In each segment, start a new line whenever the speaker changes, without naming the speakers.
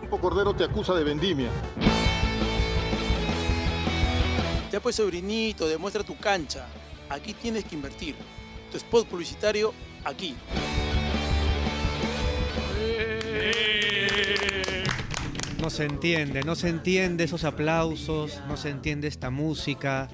Campo Cordero te acusa de vendimia.
Ya pues sobrinito, demuestra tu cancha. Aquí tienes que invertir. Tu spot publicitario, aquí.
No se entiende, no se entiende esos aplausos, no se entiende esta música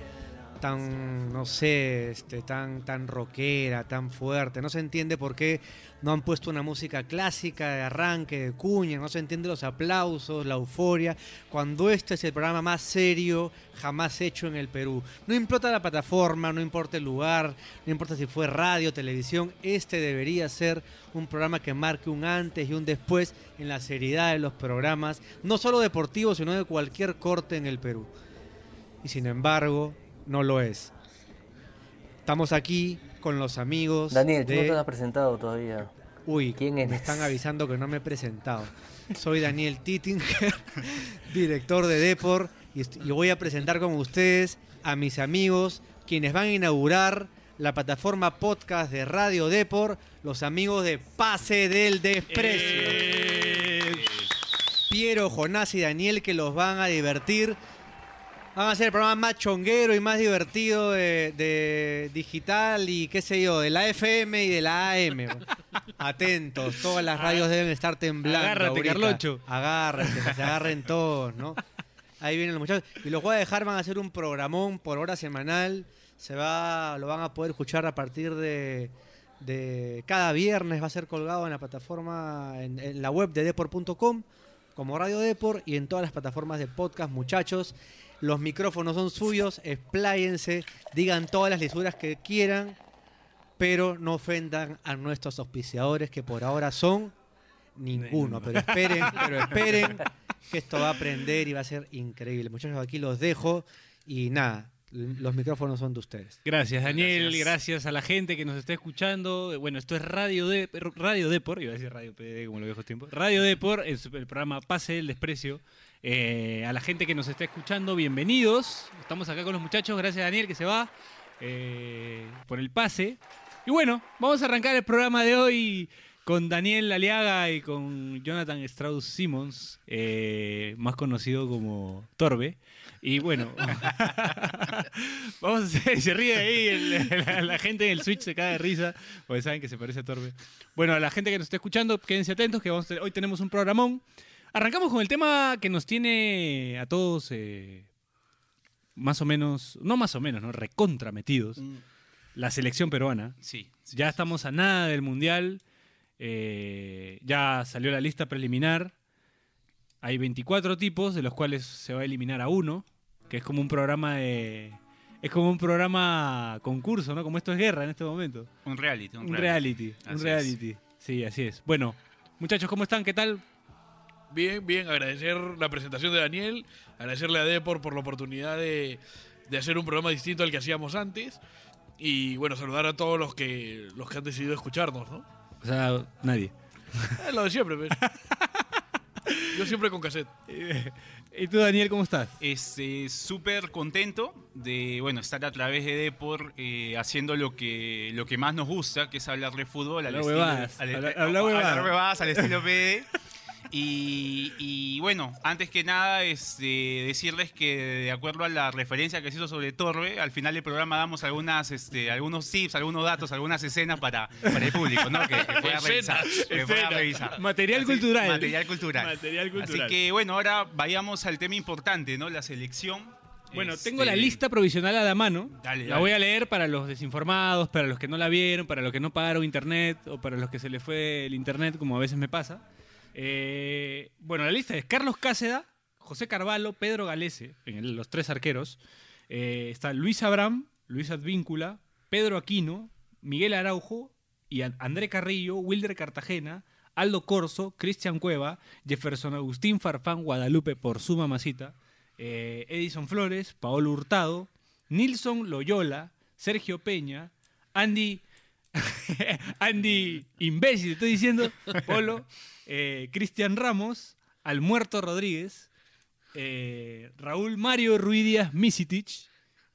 tan, no sé, este, tan, tan rockera, tan fuerte. No se entiende por qué no han puesto una música clásica de arranque, de cuña. No se entiende los aplausos, la euforia. Cuando este es el programa más serio jamás hecho en el Perú. No importa la plataforma, no importa el lugar, no importa si fue radio, televisión. Este debería ser un programa que marque un antes y un después en la seriedad de los programas, no solo deportivos, sino de cualquier corte en el Perú. Y sin embargo, no lo es. Estamos aquí con los amigos.
Daniel, tú no
de...
te has presentado todavía.
Uy,
¿Quién
me
eres?
están avisando que no me he presentado. Soy Daniel Tittinger, director de Depor, y, est- y voy a presentar con ustedes a mis amigos, quienes van a inaugurar la plataforma podcast de Radio Depor, los amigos de Pase del Desprecio. Piero, Jonás y Daniel que los van a divertir. Van a ser el programa más chonguero y más divertido de, de digital y qué sé yo, de la FM y de la AM. Atentos, todas las radios deben estar temblando.
Agárrate,
ahorita.
Carloncho.
Agárrate, que se agarren todos, ¿no? Ahí vienen los muchachos. Y los voy a dejar, van a hacer un programón por hora semanal. Se va, lo van a poder escuchar a partir de, de cada viernes. Va a ser colgado en la plataforma, en, en la web de deport.com, como Radio Deport y en todas las plataformas de podcast, muchachos. Los micrófonos son suyos, expláyense, digan todas las lisuras que quieran, pero no ofendan a nuestros auspiciadores que por ahora son ninguno. Pero esperen, pero esperen que esto va a aprender y va a ser increíble. Muchachos, aquí los dejo y nada, l- los micrófonos son de ustedes.
Gracias, Daniel. Gracias.
Gracias.
a la gente que nos está escuchando. Bueno, esto es Radio de Radio Depor, iba a decir Radio PD como en los viejos tiempos. Radio Depor, el, su- el programa Pase del Desprecio. Eh, a la gente que nos está escuchando, bienvenidos. Estamos acá con los muchachos. Gracias, Daniel, que se va eh, por el pase. Y bueno, vamos a arrancar el programa de hoy con Daniel Aliaga y con Jonathan Strauss Simmons, eh, más conocido como Torbe. Y bueno, Vamos a hacer, se ríe ahí, el- la, la gente en el Switch se cae de risa, porque saben que se parece a Torbe. Bueno, a la gente que nos está escuchando, quédense atentos, que vamos a tener- hoy tenemos un programón. Arrancamos con el tema que nos tiene a todos eh, más o menos, no más o menos, ¿no? recontrametidos, la selección peruana.
Sí. sí.
Ya estamos a nada del Mundial. eh, ya salió la lista preliminar. Hay 24 tipos, de los cuales se va a eliminar a uno. Que es como un programa de. Es como un programa concurso, ¿no? Como esto es guerra en este momento.
Un reality. Un,
Un reality. Un
Así
reality. Sí, así es. Bueno, muchachos, ¿cómo están? ¿Qué tal?
Bien, bien, agradecer la presentación de Daniel, agradecerle a Depor por la oportunidad de, de hacer un programa distinto al que hacíamos antes y bueno, saludar a todos los que los que han decidido escucharnos, ¿no?
O sea, nadie.
Eh, lo de siempre, pues. Yo siempre con cassette.
¿Y tú, Daniel, cómo estás?
Este, súper contento de bueno estar a través de Depor eh, haciendo lo que, lo que más nos gusta, que es hablar de fútbol al
Hablar
estilo,
huevadas,
al,
hablar-
no,
hablar huevadas.
huevadas, al estilo PD. Y, y, bueno, antes que nada, este, decirles que de acuerdo a la referencia que se hizo sobre Torre, al final del programa damos algunas, este, algunos tips, algunos datos, algunas escenas para, para el público, ¿no? Que, que pueda revisar. que pueda
escenas.
revisar.
Material
Así,
cultural.
Material cultural.
Material cultural.
Así que Eh, bueno, ahora vayamos al tema importante, ¿no? La selección.
Bueno,
Este,
tengo la lista provisional a la mano.
Dale,
la
dale.
voy a leer para los desinformados, para los que no la vieron, para los que no pagaron internet o para los que se les fue el internet, como a veces me pasa. Eh, bueno, la lista es Carlos Cáceda, José Carvalho, Pedro Galese, en el- los tres arqueros. Eh, está Luis Abraham, Luis Advíncula, Pedro Aquino, Miguel Araujo y An- André Carrillo, Wilder Cartagena, Aldo Corso, Cristian Cueva, Jefferson Agustín Farfán Guadalupe por su mamacita, eh, Edison Flores, Paolo Hurtado, Nilson Loyola, Sergio Peña, Andy. Andy, imbécil, estoy diciendo, Polo, eh, Cristian Ramos, Al Muerto Rodríguez, eh, Raúl Mario Ruidías Misitich,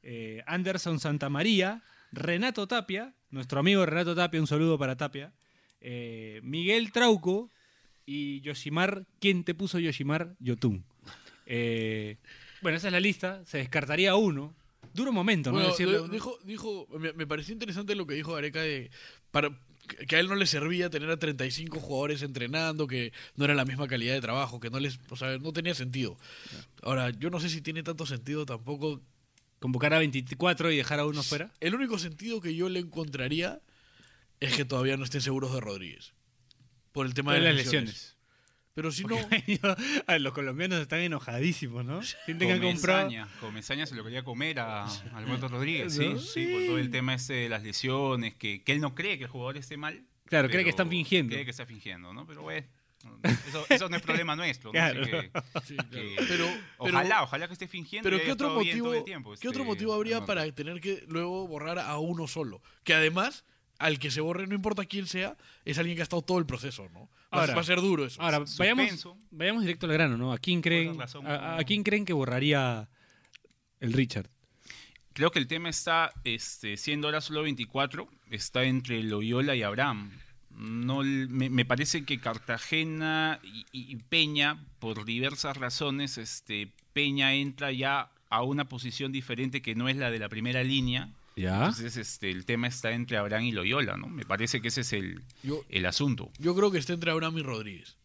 eh, Anderson Santamaría, Renato Tapia, nuestro amigo Renato Tapia, un saludo para Tapia, eh, Miguel Trauco, y Yoshimar, ¿quién te puso Yoshimar? Yotun. Eh, bueno, esa es la lista, se descartaría uno. Duro momento, ¿no?
Bueno,
Decirlo-
de- dijo, dijo, me, me pareció interesante lo que dijo Areca de para, que- que a él no le servía tener a 35 jugadores entrenando, que no era la misma calidad de trabajo, que no les, o sea, no tenía sentido. Ahora, yo no sé si tiene tanto sentido tampoco.
convocar a 24 y dejar a uno fuera.
El único sentido que yo le encontraría es que todavía no estén seguros de Rodríguez. Por el tema
Por
de
las lesiones.
Pero si no,
Porque a los colombianos están enojadísimos, ¿no? Sienten que han comprado.
Comesaña. Comesaña se lo quería comer a a Alberto Rodríguez,
¿No?
sí, sí, por todo el tema ese de las lesiones, que, que él no cree que el jugador esté mal.
Claro, cree
pero
que están fingiendo.
Cree que está fingiendo, ¿no? Pero bueno, eso, eso no es problema nuestro. ¿no? Así
Claro.
que-
sí, claro.
que-
pero, pero-
ojalá, ojalá que esté fingiendo.
Pero
y
¿qué
haya
otro,
estado bien todo
motivo,
el tiempo,
¿qué otro
este,
motivo habría
Armando.
para tener que luego borrar a uno solo? Que además, al que se borre, no importa quién sea, es alguien que ha estado todo el proceso, ¿no? Va,
Ahora-
va a ser duro eso.
Ahora, vayamos,
Suspenso.
vayamos directo al grano, ¿no? ¿A quién creen,
razón,
a, a
no.
quién creen que borraría el Richard?
Creo que el tema está, este, siendo ahora solo 24, está entre Loyola y Abraham. No, l- me, me parece que Cartagena y, y- y Peña, por diversas razones, este, Peña entra ya a una posición diferente que no es la de la primera línea.
¿Ya?
Entonces, este, el tema está entre Abraham y Loyola, ¿no? Me parece que ese es el,
Yo,
el asunto.
yo creo que está entre Abraham y Rodríguez.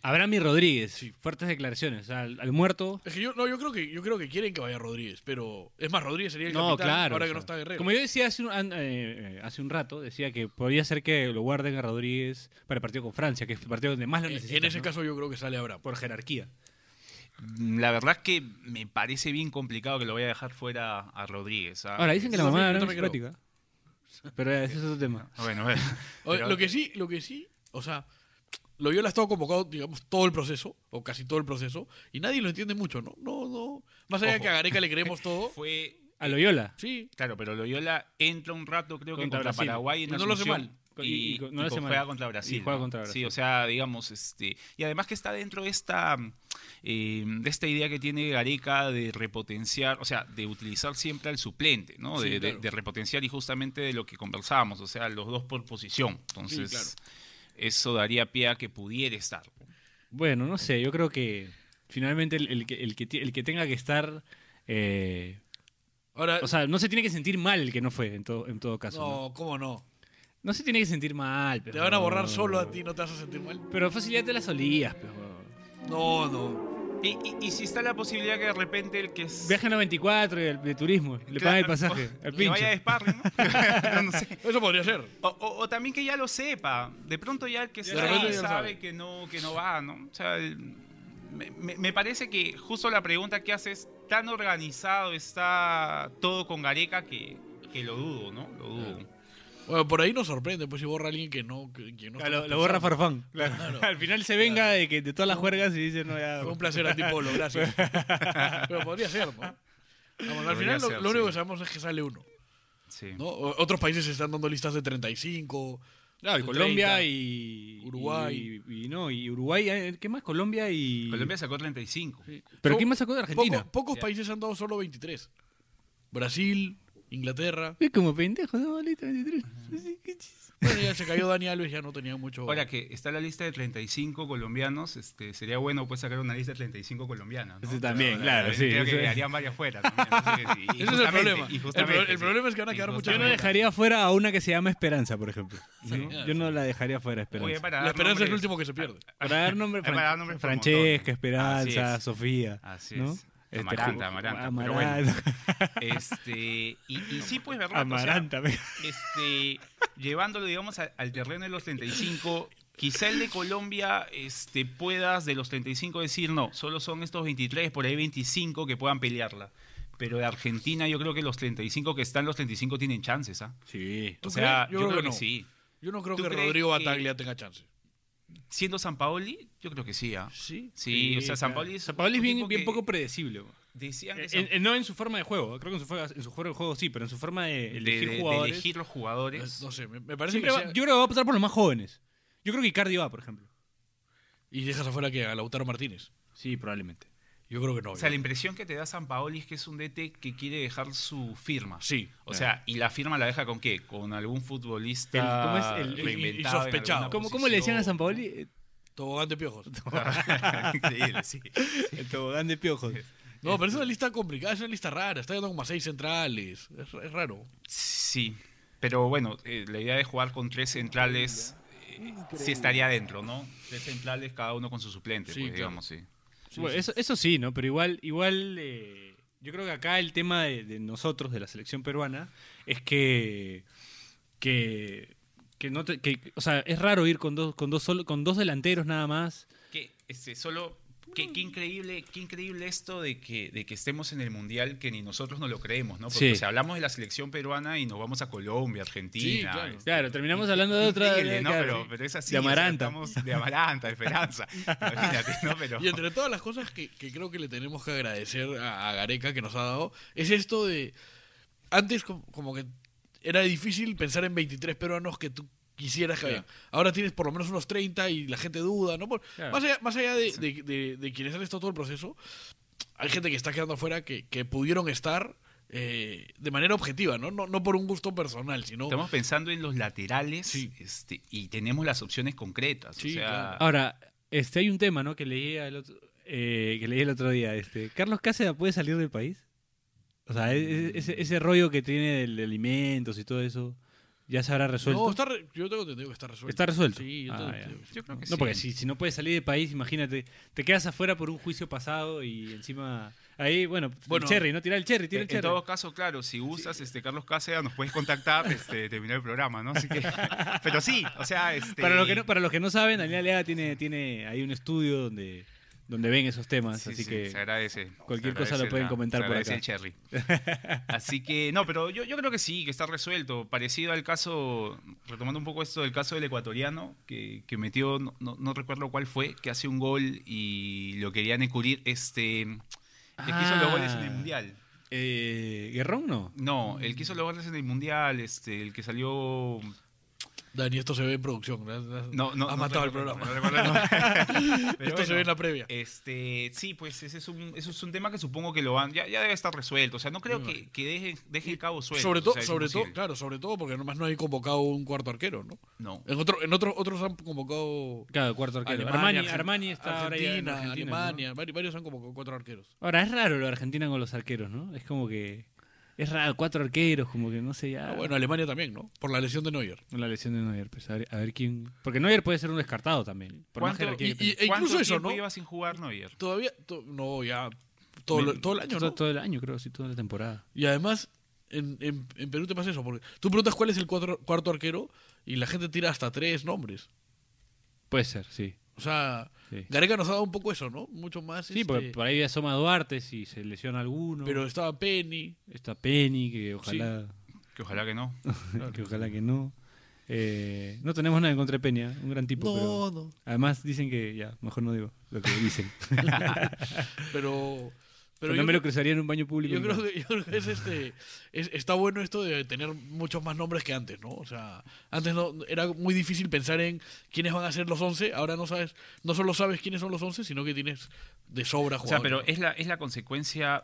Abraham y Rodríguez,
Sí.
fuertes declaraciones. O sea, al, al muerto.
Es que yo, no, yo creo que yo creo que quieren que vaya Rodríguez, pero es más, Rodríguez sería el
No,
capitán
claro. o
ahora que
sea,
no está Guerrero.
Como yo decía hace un, an- eh, eh, hace un rato, decía que podría ser que lo guarden a Rodríguez para el partido con Francia, que es el partido donde más lo
Eh,
necesitan.
en ese
¿no?
caso yo creo que sale Abraham.
por jerarquía.
La verdad es que me parece bien complicado que lo vaya a dejar fuera a Rodríguez. ¿ah?
Ahora, dicen que la
Eso
mamá
sí, yo
no es
también creo.
simpática. Pero eh, ese es otro tema.
Bueno, bueno.
Oye, lo que sí, lo que sí, o sea, Loyola ha estado convocado, digamos, todo el proceso, o casi todo el proceso, y nadie lo entiende mucho, ¿no? No, no. Más allá de
Ojo.
que a Gareca le creemos todo.
Fue
A Loyola.
Sí,
Claro, pero Loyola entra un rato, creo que
Contra
contra
Brasil.
Paraguay en
No lo hace
Asunción
mal.
Con- y-
Y,
y con- no
y
lo hace
con-
mal.
juega contra
Y
Brasil.
juega
¿no?
contra Brasil.
Sí, o sea, digamos, este. Y además que está dentro de esta, eh, de esta idea que tiene Gareca de repotenciar, o sea, de utilizar siempre al suplente, ¿no?
Sí,
de, de-
claro.
de repotenciar y justamente de lo que conversábamos, o sea, los dos por posición. Entonces, eso daría pie a que pudiera estar.
Bueno, no sé, yo creo que finalmente el, el que, el, que, ti- el que tenga que estar. eh,
ahora.
o sea, no se tiene que sentir mal el que no fue, en, todo en todo caso. No.
no, ¿cómo no?
No se tiene que sentir mal.
Te van a borrar solo a ti, ¿no te vas a sentir mal?
Pero facilidad te las olías, pero.
No, no.
Y, y- y si está la posibilidad que de repente el que es-
Viajan a 24 de, de turismo, le pagan el pasaje, al
le vaya
pinche.
de sparring, ¿no? no, no sé.
Eso podría ser.
O, o- o también que ya lo sepa. De pronto ya el que
De
está ahí
repente
sabe,
ya lo sabe.
que no que no va, ¿no? O sea, el- me, me- me parece que justo la pregunta que haces, tan organizado está todo con Gareca que, que lo dudo, ¿no? Lo dudo.
Bueno, por ahí nos sorprende, pues si borra a alguien que no. Que, que no
Claro, Lo,
estamos
lo borra
pensando.
Farfán. Al final se venga de, que, de todas las juergas y dice, no, ya.
Fue un placer a ti, Polo, gracias. Pero podría ser, ¿no? Vamos, al
Podría
final lo,
ser,
lo
sí.
único que sabemos es que sale uno.
Sí.
¿no? O- Otros países están dando listas de 35.
Claro, y
de
Colombia
30.
y.
Uruguay.
Y, y no, y Uruguay, eh, ¿qué más? Colombia y.
Colombia sacó 35.
¿Pero
Po-
quién más sacó de Argentina?
Poco- pocos
Ya.
países han dado solo 23. Brasil, Inglaterra.
Es como pendejo, ¿no? Bolita, 23. Así que chis.
Bueno, ya se cayó Dani Alves, ya no tenía mucho.
Ahora que está la lista de 35 colombianos, este, sería bueno pues sacar una lista de 35 colombianos. ¿no?
Ese también,
Pero,
claro,
eh,
sí,
Creo
ese-
que harían varias fuera. también, sí, sí, y
Ese es el
justamente,
problema.
y
El,
justamente,
pro- el
sí.
problema es que van a quedar muchas.
Yo no
Justamente.
dejaría fuera a una que se llama Esperanza, por ejemplo. ¿no?
claro,
Yo no la dejaría fuera
Oye,
Esperanza.
para
La
dar
esperanza es el
nombres-
último que se pierde.
Para dar nombre,
Para dar nombres por
Francesca,
montón.
Esperanza,
Así es.
Sofía.
Así
¿no?
es.
Este,
Amaranta,
ju-
Amaranta, pero bueno.
Amaranta.
Este, y, y sí, pues, ¿verdad? O sea,
Amaranta. me-
este, llevándolo, digamos, a- al terreno de los 35, quizá el de Colombia este, puedas de los 35 decir, no, solo son estos 23, por ahí 25 que puedan pelearla. Pero de Argentina yo creo que los 35 que están, los 35 tienen chances, ¿ah?
Sí.
¿Tú
O sea,
crees?
yo, creo, que,
no.
sí.
Yo no creo
¿Tú
que
crees
Rodrigo
que-
Bataglia tenga chance.
Siendo San Paoli, yo creo que sí, ¿ah?
Sí.
Sí, o sea, San Paoli es,
San Paoli es
un
bien,
tipo
bien
que
poco predecible.
Decían que San-
En- en- no en su forma de juego. Creo que en su, forma- en su juego de juego sí, pero en su forma de
de-
elegir
de- de
jugadores.
elegir los
No
jugadores.
sé, me, me parece
siempre
que.
va-
sea-
yo creo que va a optar por los más jóvenes. Yo creo que Icardi va, por ejemplo.
Y dejas afuera que a Lautaro Martínez.
Sí, probablemente.
Yo creo que no.
O sea,
yo-
la impresión que te da San Paoli es que es un DT que quiere dejar su firma.
Sí. Eh.
O sea, ¿y la firma la deja con qué? Con algún futbolista
El- ¿cómo es? El-
reinventado
y- y sospechado.
en alguna
¿Cómo, cómo le decían a San
posición?
Paoli?
Tobogán de piojos.
Increíble, sí.
El tobogán de piojos.
No, pero es una lista complicada, es una lista rara. Está yendo como a seis centrales. Es, es raro.
Sí, pero bueno, eh, la idea de jugar con tres centrales eh, sí estaría adentro, ¿no? Tres centrales, cada uno con su suplente,
Sí,
pues,
claro.
digamos, sí.
Bueno, eso, eso sí, ¿no? Pero igual, igual eh, yo creo que acá el tema de, de nosotros, de la selección peruana, es que, que, que no te- que- o sea, es raro ir con dos, con dos solo- con dos delanteros nada más.
que este, solo qué, qué increíble qué increíble esto de que de que estemos en el mundial que ni nosotros no lo creemos no porque
Sí.
o sea, hablamos de la selección peruana y nos vamos a Colombia Argentina
Sí, claro.
este,
Claro, terminamos hablando de otra.
increíble, ¿no?
claro,
pero,
sí.
pero es así
De
o sea,
Amaranta.
estamos de Amaranta Esperanza imagínate no pero
Y entre todas las cosas que, que creo que le tenemos que agradecer a, a Gareca que nos ha dado, es esto de. Antes, com- como, que era difícil pensar en 23 peruanos que tú quisieras que habían. Ahora tienes por lo menos unos 30 y la gente duda, ¿no? Por-
Claro.
Más allá, más allá de, de- de- de quienes han estado todo el proceso, hay gente que está quedando afuera que, que pudieron estar. eh, de manera objetiva, ¿no? ¿no? No por un gusto personal, sino
estamos pensando en los laterales
Sí.
este, y tenemos las opciones concretas
Sí,
o sea
claro.
Ahora, este, hay un tema, ¿no? Que leí el otro, eh, que leí el otro día. Este, ¿Carlos Cáceres puede salir del país? O sea, e- e- ese, ese rollo que tiene de alimentos y todo eso, ¿ya se habrá resuelto?
No, está re- yo tengo entendido que está resuelto.
Está resuelto.
Sí, yo tengo
Ah,
entendido.
yo creo que
No,
sí.
porque si, si no puedes salir del país, imagínate, te quedas afuera por un juicio pasado y encima. Ahí, bueno,
Bueno,
el cherry, ¿no? Tira el cherry, tira
En
el cherry.
todo caso, claro, si gustas, este, Carlos Cáceres, nos puedes contactar, este, terminar el programa, ¿no? Así que, pero sí, o sea, este,
Para, los que no, para los que no saben, Daniel Leaga tiene, tiene ahí un estudio donde, donde ven esos temas,
Sí,
así
sí,
que.
se agradece.
cualquier
Se
cosa lo
agradece
pueden
la-
comentar
se
por
agradece
acá.
el cherry. Así que, no, pero yo, yo creo que sí, que está resuelto. Parecido al caso, retomando un poco esto del caso del ecuatoriano, que, que metió, no, no- no recuerdo cuál fue, que hace un gol y lo querían encubrir. Este, el que hizo los goles en el
Ah.
mundial.
Eh, ¿Guerrón no?
No, el que hizo los goles en el mundial, este, el que salió
Dani, esto se ve en producción. ¿no? Has-
No, no.
has
no
matado el
recuerdo,
programa.
no recuerdo el nombre. Pero
esto se ve en
bueno,
la previa.
Este, sí, pues ese es un, ese es un tema que supongo que lo van, ya, ya debe estar resuelto. O sea, no creo
Me
que, que deje, deje el cabo suelto.
sobre
o
todo,
sea, es
sobre todo,
imposible.
claro, sobre todo porque nomás no hay convocado un cuarto arquero, ¿no?
No.
En otro, en otros otros han convocado
Claro, cuarto arquero.
Alemania,
Armani,
Argen-
Armani está ahora ya en
Argentina,
Argentina, ¿no?
Alemania, vari- varios han convocado cuatro arqueros.
Ahora, es raro lo de Argentina con los arqueros, ¿no? Es como que. Es raro, cuatro arqueros, como que no sé ya.
Ah, bueno, Alemania también, ¿no? Por la lesión de Neuer.
La lesión de Neuer, pues, a ver, a ver quién. Porque Neuer puede ser un descartado también. Por más
¿Cuánto-
jerarquía que
y-
tenga.
e incluso
¿Cuánto
eso,
tiempo
¿no?
iba sin jugar Neuer?
Todavía, to- no, ya todo, lo- todo el año,
Todo,
¿no?
todo el año, creo, sí, toda la temporada.
Y además, en, en- en Perú te pasa eso, porque tú preguntas cuál es el cuatro- cuarto arquero y la gente tira hasta tres nombres.
Puede ser, sí.
O sea,
Sí,
Gareca nos ha dado un poco eso, ¿no? Mucho más.
Sí,
este,
porque por ahí asoma Duarte si se lesiona alguno.
Pero estaba Penny.
Está Penny, que ojalá,
Que ojalá que no.
que, ojalá que no. Eh, no tenemos nada en contra de Peña, un gran tipo.
No,
pero
no.
además dicen que, ya, mejor no digo lo que dicen.
Pero.
pero
Pero
no
yo,
me lo cruzaría en un baño público.
yo
nunca.
creo que, yo creo que es este. es- está bueno esto de tener muchos más nombres que antes, ¿no? O sea, antes no era muy difícil pensar en quiénes van a ser los 11. Ahora no sabes. No solo sabes quiénes son los 11, sino que tienes de sobra
O sea,
jugadores.
pero
¿no?
es la, es la consecuencia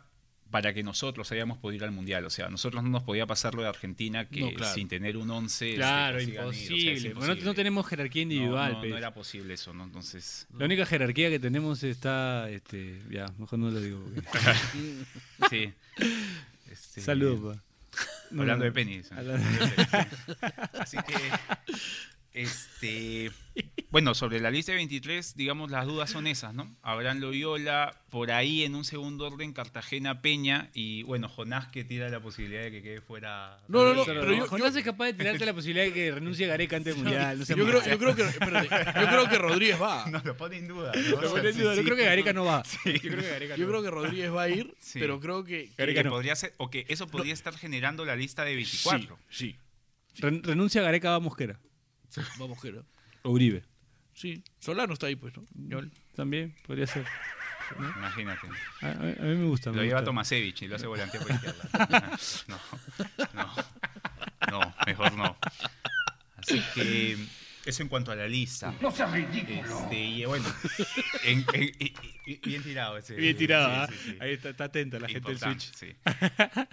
para que nosotros hayamos podido ir al mundial. O sea, nosotros no nos podía pasar lo de Argentina que
No, claro.
sin tener un 11. este,
Claro,
consigan ir. O sea, es
imposible. Bueno, no- no
imposible.
tenemos jerarquía
No,
individual.
no, no,
pues.
era posible eso, ¿no? Entonces.
La única jerarquía que tenemos está. Este, ya, mejor no lo digo. porque-
Sí. Este,
Saludos, pa.
Hablando de Penny. sí.
Hablando-
Así que, este, bueno, sobre la lista de 23, digamos, las dudas son esas, ¿no? Abraham Loyola, por ahí en un segundo orden, Cartagena, Peña y, bueno, Jonás que tira la posibilidad de que quede fuera.
No, no, no,
Pero,
pero yo-
Jonás es capaz de tirarte la posibilidad de que renuncie Gareca antes del mundial. No
yo,
sea
creo,
malo.
yo, creo que, espérate, yo creo que Rodríguez va.
No, lo pone en duda.
Lo pone en duda, yo creo que Gareca no va. Yo creo que Gareca
Yo
no
creo
va.
que Rodríguez va a ir,
Sí.
pero creo que. que-
Gareca no.
podría ser, o que eso podría estar generando la lista de
sí,
24.
sí.
Ren- renuncia Gareca va Mosquera.
Vamos, que no.
O Uribe.
Sí. Solano está ahí, pues, ¿no? Ñol.
También podría ser.
Imagínate.
A, a mí, a mí me gusta. me
Lo lleva
gusta.
Tomasevich y lo hace volante por izquierda. No, no, no, mejor no. Así que eso en cuanto a la lista. No seas ridículo. y bueno, en- en- y- y- bien tirado ese.
Bien tirado,
sí,
¿ah?
sí, sí.
Ahí está, está atenta la gente del
Importante,
Switch.
sí.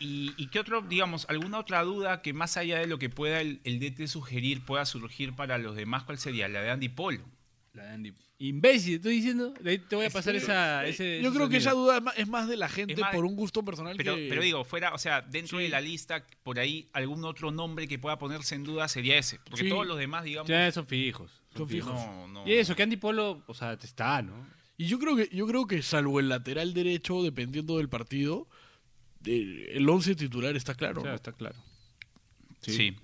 ¿Y, y qué otro, digamos, alguna otra duda que más allá de lo que pueda el, el DT sugerir, pueda surgir para los demás? ¿Cuál sería? La de Andy Polo.
La de Andy. Imbécil, estoy diciendo. De ahí te voy a pasar esa. ese-
eh, Yo
ese
creo que esa
sonido.
duda es ma- es más de la gente
Es más-
por un gusto personal
Pero,
que...
pero digo, fuera, o sea, dentro de la lista, por ahí, algún otro nombre que pueda ponerse en duda sería ese. Porque
Sí.
todos los demás, digamos.
Ya son fijos.
Son fijos.
No, no.
Y eso, que Andy Polo, o sea, te está, ¿no?
Y yo creo que, yo creo que salvo el lateral derecho, dependiendo del partido, eh, el 11 titular está claro.
O sea,
¿no?
está claro.
Sí.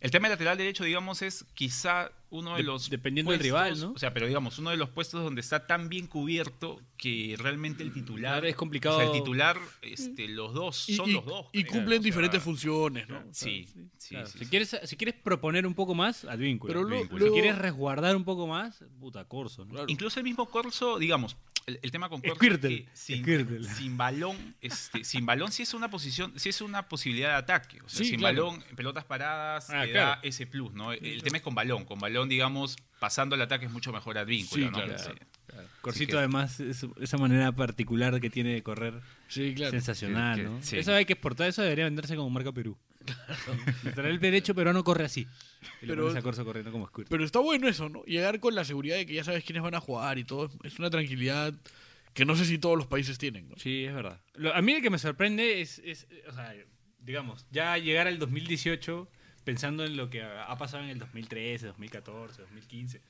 El tema del lateral derecho, digamos, es quizá uno de
De-
los.
dependiendo del rival, ¿no?
O sea, pero digamos, uno de los puestos donde está tan bien cubierto que realmente el titular.
Claro, es complicado.
O sea, el titular, este, los dos,
Y,
son
y-
los dos.
y
creo,
cumplen
o sea,
diferentes funciones, ¿no?
Sí, sí, sí,
Claro,
sí.
si, quieres, si quieres proponer un poco más, advíncula.
Pero lo-
Advíncula.
luego-
Si quieres resguardar un poco más, puta, Corso. ¿no?
Incluso el mismo Corso, digamos, el, el tema con Corso
Squirtle,
es que sin,
Squirtle.
sin balón, este, sin balón sí es una posición, sí es una posibilidad de ataque. O sea,
Sí,
sin
claro.
balón, pelotas paradas
Ah,
te
claro.
da ese plus, ¿no? El tema es con balón, con balón, digamos, pasando el ataque es mucho mejor advíncula,
Sí,
¿no?
claro.
Sí.
Corsito,
que-
además, es- esa manera particular que tiene de correr,
Sí, claro.
sensacional,
que- que-
¿no?
sí.
Eso hay que exportar, eso debería venderse como marca Perú. Literal, el derecho peruano corre así. Y lo
Pero-
pones a Corso corriendo como Squirt.
Pero está bueno eso, ¿no? Llegar con la seguridad de que ya sabes quiénes van a jugar y todo. Es una tranquilidad que no sé si todos los países tienen, ¿no?
Sí, es verdad. Lo- a mí el que me sorprende es, es, eh, o sea, digamos, ya llegar al 2018 pensando en lo que ha ha pasado en el 2013, 2014, 2015.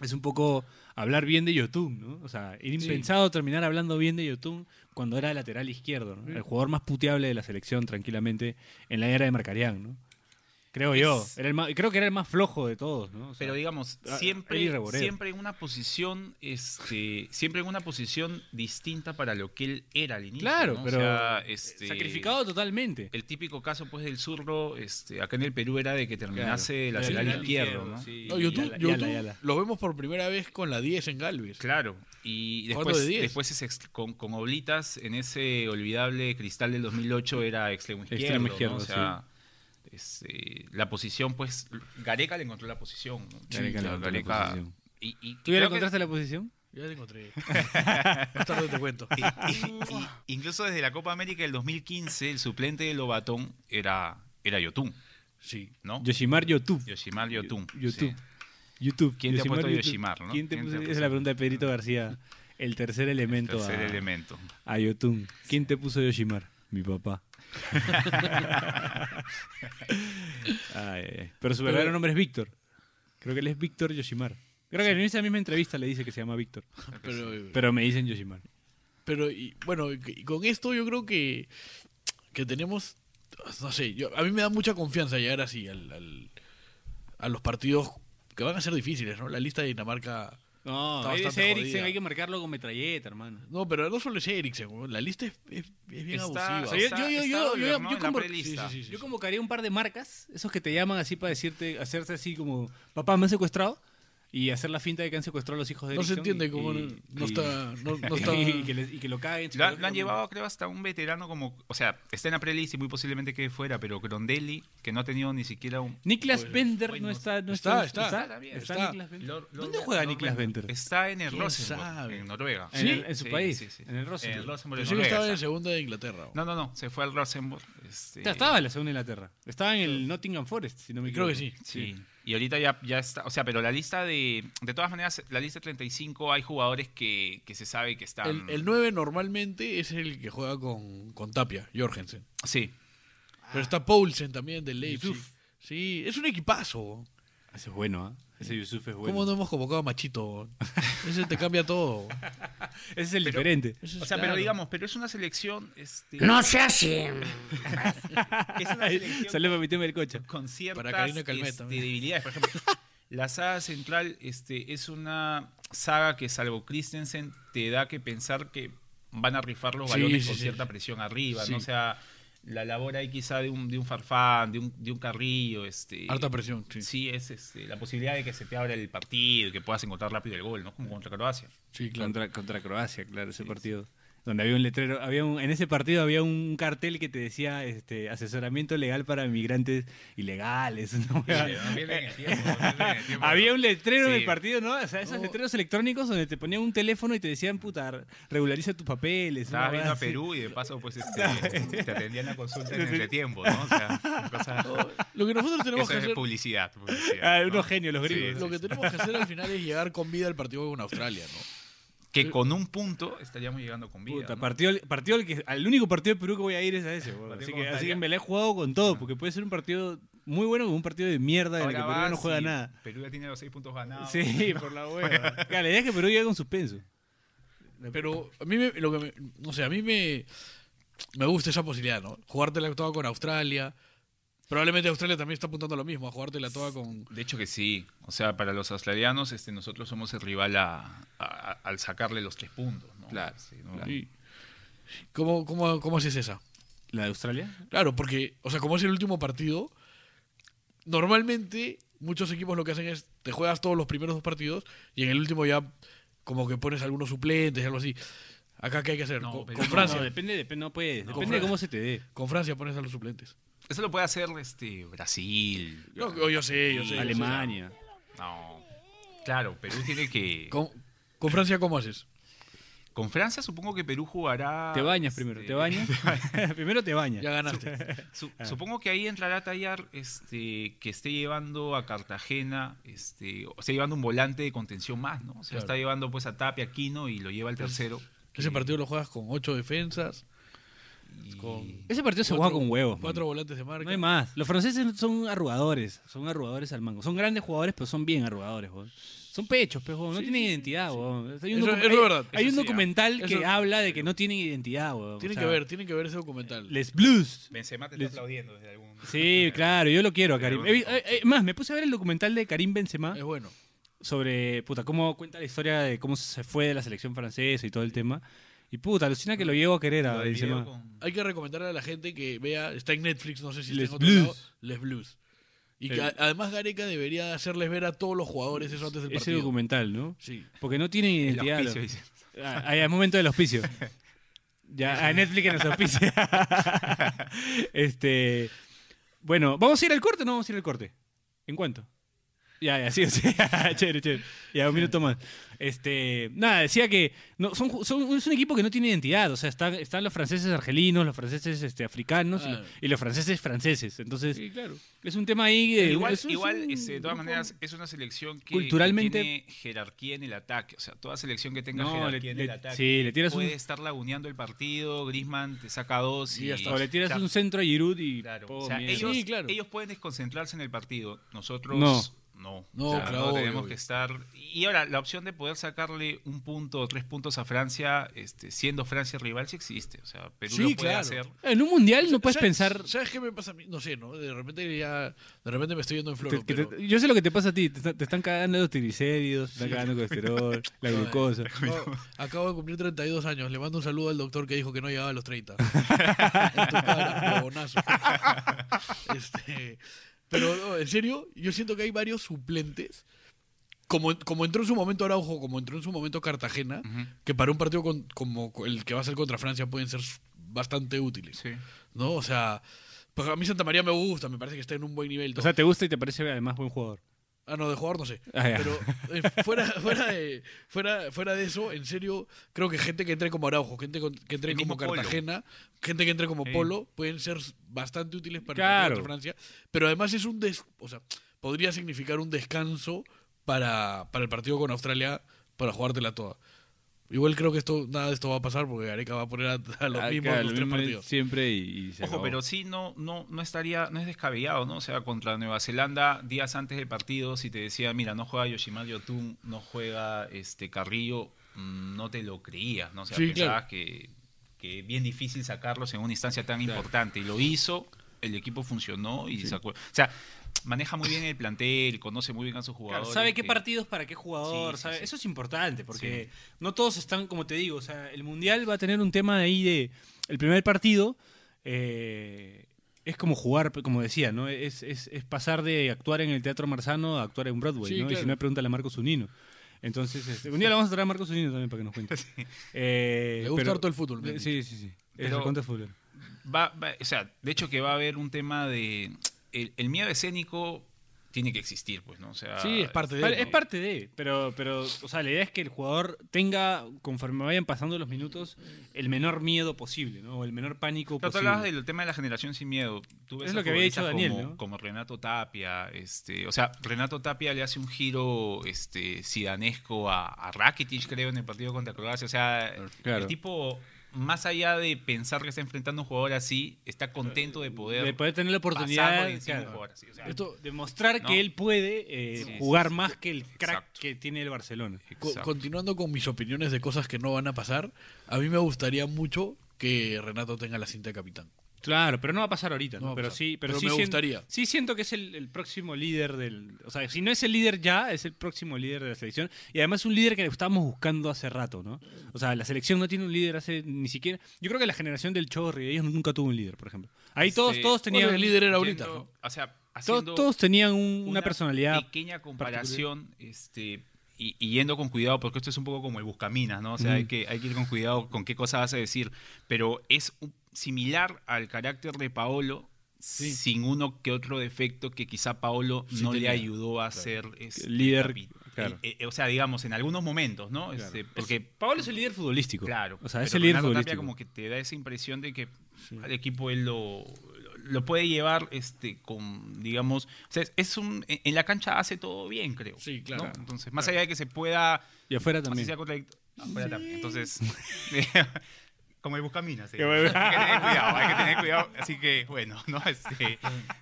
Es un poco hablar bien de Yotun, ¿no? O sea, era impensado terminar hablando bien de Yotun cuando era lateral izquierdo, ¿no? El jugador más puteable de la selección, tranquilamente, en la era de Marcarián, ¿no? Creo yo.
Es-
Era el más- creo que era el más flojo de todos, ¿no? O sea,
Pero digamos,
ah, Eli
siempre,
Reboredo.
siempre en una posición, este, siempre en una posición distinta para lo que él era al inicio.
claro,
¿no? O
pero
sea, este,
sacrificado totalmente.
El típico caso pues del zurro, este, acá en el Perú era de que terminase
Claro.
la lateral
Lateral
izquierdo,
izquierdo,
¿no?
sí.
No, YouTube,
Yala, Yala,
YouTube
Yala.
lo vemos por primera vez con la 10 en Galvez.
Claro, y
Jugando
después,
de 10.
después es ex- con, con Oblitas en ese olvidable cristal del 2008 era extremo izquierdo.
Extremo
¿no?
izquierdo,
O sea, este, la posición, pues, Gareca le encontró la posición. ¿no?
Gareca le
claro,
encontró la posición.
Y, y
¿Tú ya le
creo que-
encontraste la posición?
Ya la encontré. Más tarde te cuento.
y- y- incluso desde la Copa América del 2015, el suplente de Lobatón era, era Yotun,
Sí.
¿no?
Yoshimar Yotun.
Yoshimar Yotun.
YouTube.
sí.
YouTube.
¿Quién te ha
Yoshimar
puesto
YouTube.
Yoshimar, no?
¿Quién te puso-
¿Quién te
Esa
ha
es
puesto?
la pregunta de Pedrito García. El tercer elemento
Tercer
a,
elemento.
a Yotun. ¿Quién te puso Yoshimar? Mi papá. Ay, ay, ay. Pero su verdadero nombre es Víctor. Creo que él es Víctor Yoshimar. Creo que en esa misma entrevista le dice que se llama Víctor.
Pero,
Pero me dicen Yoshimar.
Pero y, bueno, y- y con esto yo creo que, que tenemos, no sé, yo, a mí me da mucha confianza llegar así al, al- a los partidos que van a ser difíciles, ¿no? La lista de Dinamarca...
No,
Está
ese
bastante
Eriksen
jodida.
hay que marcarlo con metralleta, hermano.
No, pero no solo es Eriksen, weón, la lista es, es- es bien
Está-
abusiva.
está-
O sea, yo- yo- yo-
está
yo-
Dolber,
yo-
¿no?
yo
En la
como-
prelista.
Sí, sí, sí.
Yo convocaría un par de marcas, esos que te llaman así para decirte, hacerte así como, papá, me han secuestrado, y hacer la finta de que han secuestrado a los hijos de
no se
Erickson
entiende
y-
cómo no,
y-
no
y-
está... No, no está
y, que les- y que lo caguen.
Lo, han- lo han llevado, creo, hasta un veterano como. O sea, está en la prelista y muy posiblemente quede fuera, pero Grondelli, que no ha tenido ni siquiera un.
Niklas Bender
hoy
no
no-
está. No
está,
está,
está, está.
Niklas Bender.
Lord- Lord-
¿Dónde juega
Lord-
Niklas Bender?
Está en el
¿Quién
Rosenborg,
sabe?
en Noruega.
¿Sí? En- en su país, en el Rosenborg.
Rosenborg,
Yo
en
sé que
Noruega,
estaba
está.
en el segundo de Inglaterra. weón.
No, no, no, se fue al Rosenborg. este,
Ya Estaba en la segunda Inglaterra. Estaba en el Nottingham Forest, si no me
Creo
equivoco.
que sí.
Sí. Y ahorita ya, ya está, o sea, pero la lista de, de todas maneras, la lista 35 hay jugadores que, que se sabe que están...
El, el 9 normalmente es el que juega con, con Tapia, Jorgensen.
Sí,
Ah.
Pero está Poulsen también del Leipzig.
Yusuf.
Sí, es un equipazo. weón.
Ese es bueno, ¿ah? Ese Yusuf es bueno.
¿Cómo no hemos convocado a Machito? weón? Ese te cambia todo.
Ese es el diferente.
Ese es
o sea,
claro.
pero digamos, pero es una selección... Este,
No se hace.
es una selección
Salió para mi tema del coche.
con ciertas
Para Karina Calmet
este,
también.
debilidades. Por ejemplo, la saga central este, es una saga que, salvo Christensen, te da que pensar que van a rifar los
Sí,
balones
sí,
con
sí.
cierta presión arriba,
Sí.
¿no? O sea, la labor ahí quizá de un, de un farfán, de un, de un carrillo, este.
Harta presión, sí. Sí,
Sí, es este, la posibilidad de que se te abra el partido, que puedas encontrar rápido el gol, ¿no? Como contra Croacia.
claro.
Contra, contra Croacia, claro, ese partido. donde había un letrero, había un- en ese partido había un cartel que te decía este, asesoramiento legal para migrantes ilegales. una hueá. Había un letrero en
Sí. Oh.
el partido, ¿no? O sea, esos letreros electrónicos donde te ponían un teléfono y te decían, puta, regulariza tus papeles. una
Estabas viendo
hueá
a
así.
Perú y de paso pues este, te atendían la consulta en entretiempo, ¿no? O sea, cosa-
Lo que nosotros tenemos
eso
que
es
hacer.
publicidad. publicidad,
Ah,
¿no?
unos genios los
Sí,
gringos.
Lo que tenemos que hacer al final es llegar con vida al partido con Australia, ¿no?
Que con un punto estaríamos llegando con vida.
Puta,
¿no?
partido, partido al, que, al único partido de Perú que voy a ir es a ese. huevón.
Partido
Así
con
que, así
Italia. Ah.
que me la he jugado con todo, porque puede ser un partido muy bueno como un partido de mierda en el que
Ahora
Perú
vas
no juega
y
nada.
Perú ya tiene los seis puntos ganados.
Sí, Ah, por la hueva. Claro, La idea es que Perú llegue con suspenso.
Pero a mí me, lo que me- no sé, a mí me me gusta esa posibilidad, ¿no? Jugártela toda con Australia. Probablemente Australia también está apuntando a lo mismo, a jugártela toda con
De hecho que sí. O sea, para los australianos este, nosotros somos el rival a- a- a- al sacarle los tres puntos. ¿no?
Claro,
Sí, ¿no?
Sí. ¿Cómo, cómo, ¿Cómo haces esa?
¿La de Australia?
Claro, porque, o sea, como es el último partido, normalmente muchos equipos lo que hacen es te juegas todos los primeros dos partidos y en el último ya como que pones algunos suplentes y algo así. Acá, ¿qué hay que hacer?
No,
con,
pero
con
no,
Francia.
No, depende, depende, no puedes.
No.
depende de cómo se te dé.
Con Francia pones a los suplentes.
Eso lo puede hacer este, Brasil.
No, yo- yo sé, yo sé, yo sé.
Alemania.
No. Claro, Perú tiene que...
Con, con Francia, ¿cómo haces?
Con Francia supongo que Perú jugará...
Te bañas primero,
este,
te bañas. primero te bañas.
Ya ganaste.
Su-
Ah.
supongo que ahí entrará a tallar este, que esté llevando a Cartagena, este, o sea, llevando un volante de contención más, ¿no? O sea,
Claro.
está llevando pues a Tapia, Aquino y lo lleva al tercero.
Ese partido lo juegas con ocho defensas,
Y-
con-
Ese partido se juega
cuatro-
con huevos.
cuatro
mano.
volantes de marca.
No hay más. Los franceses son arrugadores. Son arrugadores al mango. Son grandes jugadores, pero son bien arrugadores. huevón. Son pechos, pues, huevón. no tienen identidad. huevón. Hay un,
Eso-
docu-
eso es
hay-
verdad.
hay
Eso
un
sí, ah.
documental que
Eso-
habla de que no tienen identidad. huevón.
Tienen
O sea,
que ver, tienen que ver ese documental.
Les Blues.
Benzema te está
Les-
aplaudiendo desde algún...
Sí, claro, yo lo quiero a Karim.
Pero
Eh, eh, eh, más, me puse a ver el documental de Karim Benzema
Es bueno.
sobre, puta, cómo cuenta la historia de cómo se fue de la selección francesa y todo el tema. Y puta, alucina que lo llevo a querer ah, a
Lo del video
Benzema.
con-
Hay que recomendarle a la gente que vea, está en Netflix, no sé si está
Les
en otro
Blues.
lado, Les Blues. Y que
El-
a- además Gareca debería hacerles ver a todos los jugadores eso antes del
Ese
partido.
documental, ¿no?
Sí.
Porque no tienen
el
identidad.
auspicio,
lo-
dice.
Ah, ah, ya, es momento del auspicio. Ya, a Netflix que nos auspicia. este, bueno, ¿vamos a ir al corte o no vamos a ir al corte? ¿En cuánto? Ya, ya, sí, sí. chévere, chévere. Ya, un minuto más. Este, nada, decía que no, son, ju- son- es un equipo que no tiene identidad. O sea, están, están los franceses argelinos, los franceses este, africanos y,
Ah.
lo- y los franceses franceses. Entonces,
Sí, claro.
es un tema ahí. De,
Igual,
es un- es
igual,
un-
este, de todas maneras, es una selección que,
Culturalmente-
que tiene jerarquía en el ataque. O sea, toda selección que tenga
No, le,
jerarquía en
le-
el ataque
sí, le tiras,
puede
un,
estar laguneando el partido. Griezmann te saca dos y,
Y ya está.
o le tiras
o sea,
un centro a Giroud y.
Claro,
po,
o
Oh,
sea,
mierda.
ellos,
Sí, claro.
ellos pueden desconcentrarse en el partido, nosotros
No.
no. No,
No,
O sea,
claro,
nosotros
obvio,
tenemos
obvio.
que estar. Y ahora, la opción de poder sacarle un punto o tres puntos a Francia, este, siendo Francia rival, sí existe. O sea, Perú
Sí,
lo puede
claro.
hacer.
En un mundial no puedes
¿Sabes-
pensar.
¿Sabes qué me pasa a mí? No sé, ¿no? De repente ya. De repente me estoy yendo en
te-
floro.
que
pero-
te- yo sé lo que te pasa a ti. Te, está- te están cagando los triglicéridos, te están cagando colesterol, la glucosa.
Acabo, acabo de cumplir 32 años. Le mando un saludo al doctor que dijo que no llegaba a los 30. En tu cara, huevonazo. Este, pero no, en serio, yo siento que hay varios suplentes. Como, como entró en su momento Araujo, como entró en su momento Cartagena,
Ujú.
que para un partido con- como el que va a ser contra Francia pueden ser bastante útiles.
Sí.
¿No? O sea, pues a mí Santa María me gusta, me parece que está en un buen nivel.
O
todo.
sea, te gusta y te parece además buen jugador.
Ah, no, de jugador no sé.
Ah, ya.
Pero eh, fuera, fuera, de, fuera, fuera de eso, en serio, creo que gente que entre como Araujo, gente con- que entre
El
como
mismo Polo.
Cartagena, gente que entre como
Sí.
Polo, pueden ser bastante útiles para el
Claro.
partido contra Francia. Pero además es un des, o sea, podría significar un descanso para, para el partido con Australia para jugártela toda. Igual creo que esto nada de esto va a pasar porque Areca va a poner a, a los
Ah,
mismos
claro,
en los
lo
tres
mismo
partidos.
Siempre y, y se
Ojo,
acabó.
pero sí, no, no, no estaría, no es descabellado, ¿no? O sea, contra Nueva Zelanda, días antes del partido, si te decía, mira, no juega Yoshimar Yotun, no juega este Carrillo, mm, no te lo creías, ¿no? O sea,
Sí,
pensabas
claro.
que, que es bien difícil sacarlos en una instancia tan importante. Y lo hizo, el equipo funcionó y sacó. O sea, maneja muy bien el plantel, conoce muy bien a sus
Claro,
jugadores. eh,
sabe qué
que-
partidos para qué jugador,
este, Sí, sí,
sabe-
sí.
eso es importante porque no todos están, como te digo, o sea, el mundial va a tener un tema de ahí de el primer partido eh, es como jugar, como decía, no, es, es- es pasar de actuar en el Teatro Marzano a actuar en Broadway,
Sí,
¿no? Y si
claro.
no, pregúntale a Marcos Unino. Entonces, este, un día le vamos a traer a Marcos Unido también para que nos cuente. Eh,
Le gusta
pero-
harto el fútbol, me han
Sí, sí, sí. Es
Pero-
recontra futbolero.
Va- va- o sea, de hecho que va a haber un tema de... El, el miedo escénico tiene que existir, pues, ¿no? O sea,
Sí, es parte de-
Vale, Ah, Es parte de, pero, pero, o sea, la idea es que el jugador tenga, conforme vayan pasando los minutos, el menor miedo posible, ¿no? O el menor pánico
Claro, tú
posible.
hablabas del tema de la generación sin miedo. Tú ves
Es
a
lo que había dicho
futbolistas
Daniel,
Como,
¿no?
como Renato Tapia. Este, o sea, Renato Tapia le hace un giro este, sidanesco a, a Rakitic, creo, en el partido contra Croacia. O sea,
Claro.
el tipo, más allá de pensar que está enfrentando a un jugador así, está contento de poder,
De poder tener la
pasar
oportunidad
por encima de un
claro,
jugador así. O sea,
Esto-
de mostrar
No.
que él puede eh,
Sí,
jugar
sí, sí.
más que el crack
Exacto.
que tiene el Barcelona.
Co-
exacto.
continuando con mis opiniones de cosas que no van a pasar, a mí me gustaría mucho que Renato tenga la cinta de capitán.
Claro, pero no va a pasar ahorita,
No
¿no?
va a
pero
pasar.
sí, pero,
Pero
sí
me
sien-
gustaría.
sí siento que es el, el próximo líder del, o sea, si no es el líder ya, es el próximo líder de la selección y además un líder que estábamos buscando hace rato, ¿no? O sea, la selección no tiene un líder hace ni siquiera. Yo creo que la generación del Chorri, ellos nunca tuvo un líder, por ejemplo. Ahí todos
Este,
todos tenían
bueno, el líder era ahorita,
Yendo-
¿no?
O sea,
todos,
haciendo
todos tenían un- una, personalidad.
pequeña comparación este y, y yendo con cuidado porque esto es un poco como el buscaminas no o sea hay que hay que ir con cuidado con qué cosa vas a decir pero es un- similar al carácter de Paolo sin uno que otro defecto que quizá Paolo
Sí
no le
tenía,
ayudó a ser este,
Líder,
capi-
claro.
eh, eh, o sea digamos en algunos momentos no
Claro.
Este, porque
Pablo es el líder futbolístico.
Claro.
O sea, es
pero
el líder
Renato Tapia
futbolístico.
como que te da esa impresión de que al equipo él lo, lo puede llevar este con, digamos, o sea, es- es un e-, en en la cancha hace todo bien, creo.
Sí, claro.
¿no? Entonces, más allá de que se pueda
Y afuera
así
también.
sea contradict- afuera también. Entonces, como el buscaminas. ¿eh? Hay que tener cuidado, hay que tener cuidado, así que bueno, no este,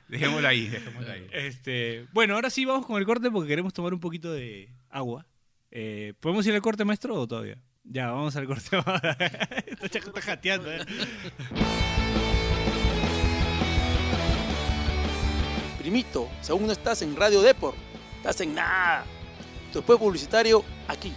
dejémoslo ahí, dejémoslo ahí.
Este, bueno, ahora sí vamos con el corte porque queremos tomar un poquito de agua. Eh, ¿Podemos ir al corte, maestro, o todavía? Ya, vamos al corte. ahora. Esta chaco está jateando. ¿eh?
Primito, si aún no estás en Radio Deport, estás en nada. Tu después publicitario aquí.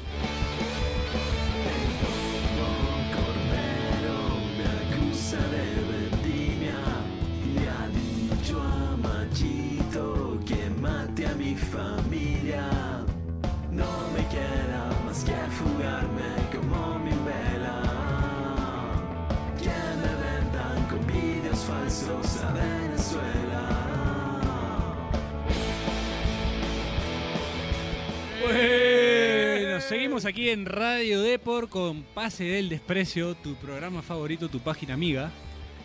Bueno, seguimos aquí en Radio Deport con Pase del Desprecio, tu programa favorito, tu página amiga.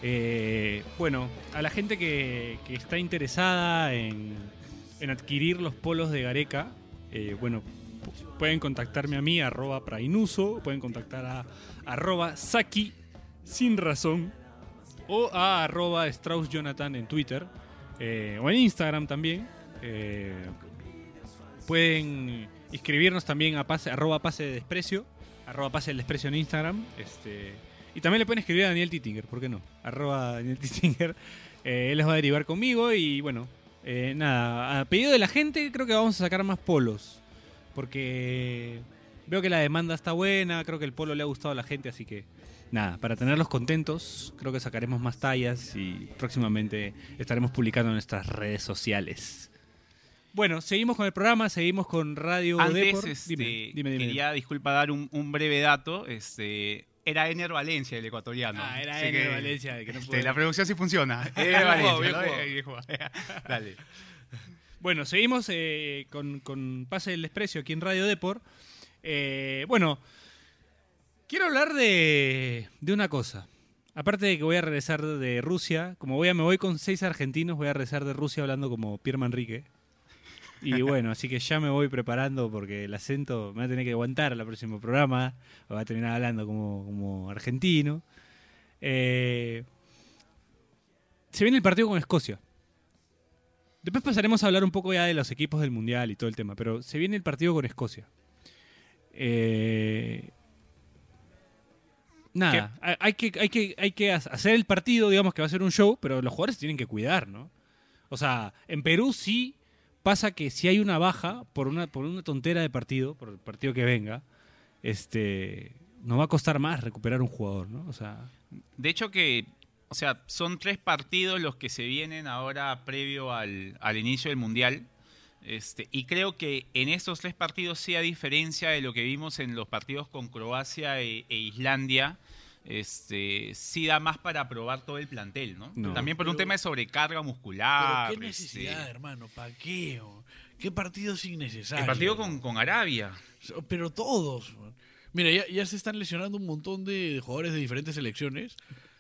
Eh, bueno, a la gente que, que está interesada en, en adquirir los polos de Gareca, eh, bueno, pu- pueden contactarme a mí, arroba prainuso, pueden contactar a arroba saki sin razón o a arroba Strauss Jonathan en Twitter eh, o en Instagram también. Eh, Pueden inscribirnos también a pase, arroba pase de desprecio, arroba pase del desprecio en Instagram. Este, y también le pueden escribir a Daniel Tittinger, ¿por qué no? Arroba Daniel Tittinger. Eh, él los va a derivar conmigo y bueno, eh, nada, a pedido de la gente creo que vamos a sacar más polos. Porque veo que la demanda está buena, creo que el polo le ha gustado a la gente, así que nada, para tenerlos contentos creo que sacaremos más tallas y próximamente estaremos publicando en nuestras redes sociales. Bueno, seguimos con el programa, seguimos con Radio
Antes,
Depor.
este,
dime, dime, dime.
quería, disculpa, dar un, un breve dato. Este, era Ener Valencia el ecuatoriano.
Ah, era
Así
Ener
que,
Valencia, que no
este,
pudo.
la producción sí funciona. Ener
Bien
Valencia.
jugado, bien
¿no?
jugado.
Eh, bien jugado. Dale.
Bueno, seguimos eh, con, con Pase del Desprecio aquí en Radio Depor. Eh, bueno, quiero hablar de, de una cosa. Aparte de que voy a regresar de Rusia, como voy a, me voy con seis argentinos, voy a regresar de Rusia hablando como Pierre Manrique. Y bueno, así que ya me voy preparando porque el acento me va a tener que aguantar al próximo programa. Va a terminar hablando como, como argentino. Eh, se viene el partido con Escocia. Después pasaremos a hablar un poco ya de los equipos del Mundial y todo el tema, pero se viene el partido con Escocia. Eh, nada, hay- hay que, hay, que, hay que ha- hacer el partido, digamos que va a ser un show, pero los jugadores se tienen que cuidar, ¿no? O sea, en Perú sí pasa que si hay una baja por una, por una tontera de partido, por el partido que venga, este, nos va a costar más recuperar un jugador, ¿no? O sea,
De hecho que, o sea, son tres partidos los que se vienen ahora previo al, al inicio del Mundial. Este, y creo que en estos tres partidos, sí, a diferencia de lo que vimos en los partidos con Croacia e, e Islandia, este, sí da más para probar todo el plantel, ¿no?
No.
También por un
Pero-
tema de sobrecarga muscular.
Pero qué
este,
necesidad, hermano, ¿para qué? o? ¿Qué partidos innecesarios?
el partido con, con Arabia.
So- Pero todos. man. Mira, ya, ya se están lesionando un montón de, de jugadores de diferentes selecciones.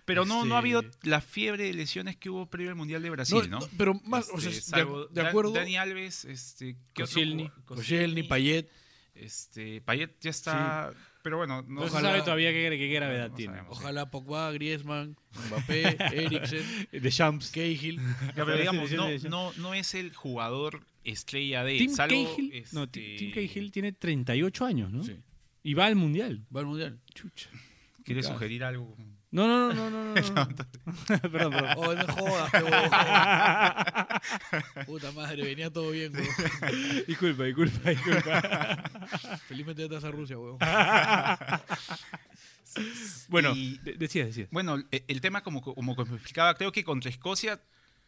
Pero no, no ha habido
Este-
la fiebre de lesiones que hubo previo al Mundial de Brasil, ¿no?
pero más, o
Este,
sea, de-
salvo
de,
Dan-
acuerdo.
Dani Alves, este, ¿qué otro
Koscielny.
jugador?
Koscielny, Payet.
Este, Payet ya está. Pero bueno, no
No se
Ojalá-
sabe todavía qué, qué gravedad
No
tiene.
sabemos.
Ojalá Pogba, Griezmann, Mbappé, Eriksen,
Eh, De Champs.
Cahill.
Ya, pero
Ojalá
digamos,
se lesione
no,
ella.
no, no es el jugador estrella de.
Tim
salvo,
Cahill. No,
este,
Ti- Tim Cahill tiene 38 años, ¿no?
Sí.
Y va al mundial.
Va al mundial.
Chucha.
¿Quiere sugerir algo?
No, no, no, no, no. no, no. perdón, perdón.
Oh, no jodas, qué bobo. Puta madre, venía todo bien, weón.
Disculpa, disculpa, disculpa.
Felizmente ya estás a Rusia, weón.
Ah,
Bueno,
Y-
de- decías, decías.
Bueno, e- el tema, como, como que me explicaba, creo que contra Escocia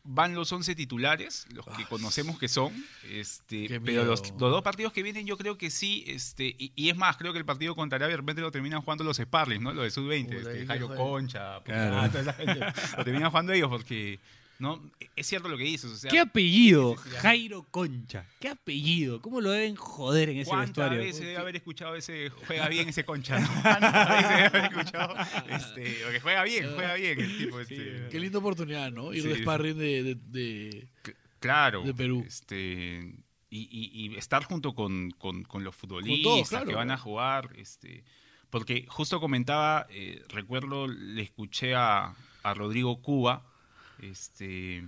van los 11 titulares, los que conocemos que son. Este,
Ah, Qué miedo.
pero los, los dos partidos que vienen, yo creo que sí. Este, y, y es más, creo que el partido contra Arabia de repente lo terminan jugando los Sparlings, ¿no? Los de Sub-20,
Puta, ahí
este, Jairo
deja-
Concha,
Claro.
Pujol, toda esa gente. lo terminan jugando ellos porque. No, es cierto lo que dices. O sea,
¿Qué apellido? Jairo Concha. ¿Qué apellido? ¿Cómo lo deben joder en ese
¿Cuántas
vestuario?
veces debe haber escuchado ese juega bien ese concha? ¿no? ¿Cuántas veces debe haber escuchado? Este, porque juega bien, juega bien el tipo. Este,
Qué linda oportunidad, ¿no? Ir
Sí.
de sparring de- de- de,
C- Claro.
De Perú.
Este, y, y- y estar junto con, con- con los futbolistas
claro,
que van a
claro.
jugar. Este, porque justo comentaba, eh, recuerdo, le escuché a, a Rodrigo Cuba, este,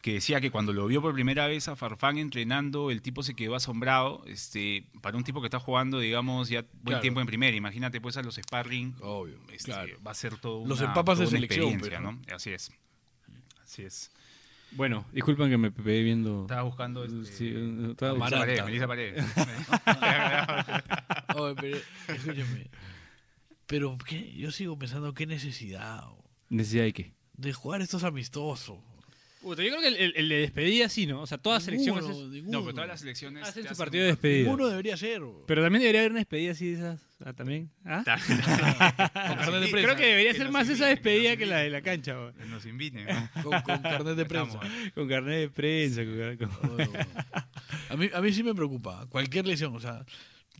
que decía que cuando lo vio por primera vez a Farfán entrenando, el tipo se quedó asombrado. Este, para un tipo que está jugando, digamos, ya buen
Claro.
tiempo en primera. Imagínate, pues, a los sparring.
Obvio,
este,
claro.
Va a ser todo
Los
una-
empapas de
toda una
selección,
experiencia,
pero,
¿no? Así es. Así es.
Bueno, disculpen que me pegué viendo. eh,
Estaba buscando. Este,
Uh, Sí, estaba-
Melissa
Amaranta.
Paredes, Melissa Paredes.
Oye, Oh, pero escúchame. Pero ¿qué? yo sigo pensando qué necesidad o,
¿Necesidad de qué?
de jugar estos amistosos.
Puta, yo creo que el, el- el de despedida sí, ¿no? O sea, todas las selecciones
Ninguno,
haces-
ninguno.
no, pero todas las selecciones.
hacen
te
su
hacen
partido de
un-
despedida.
Ninguno debería ser. o.
Pero también debería haber una despedida así de esas. Ah, también. ¿Ah?
con carnet de
sí,
prensa.
Creo que debería
Que
ser
nos
más esa
inviten, que
despedida
nos
que la de la cancha, bo.
Nos inviten. ¿no?
Con, con carnet de prensa.
Estamos.
con carnet de prensa. con car- con-
Oye, oye. A mí, a mí sí me preocupa. Cualquier lesión, o sea,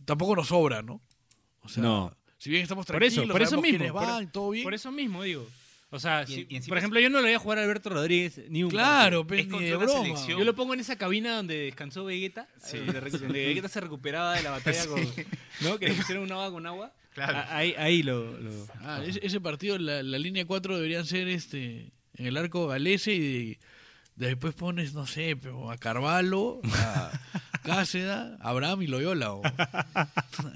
tampoco nos sobra, ¿no? O sea,
No.
si bien estamos
Por eso,
tranquilos,
por eso
sabemos
mismo.
quiénes
por-
van, todo bien.
Por eso mismo digo. O sea, si-
y encima-
por ejemplo, yo no le voy a jugar a Alberto Rodríguez ni un
claro,
Es
pues, ni
contra
de
una
broma.
selección.
Yo lo pongo en esa cabina donde descansó Vegeta,
Sí.
eh, donde, re- donde Vegeta se recuperaba de la batalla con, ¿no? Que le pusieron una agua con agua.
Claro.
A- Ahí, ahí lo, lo-
Ah, ese, ese partido, la, la línea 4 deberían ser este en el arco galese y de- después pones, no sé, pero a Carvalho, a Cáceda, a Abraham y Loyola. o-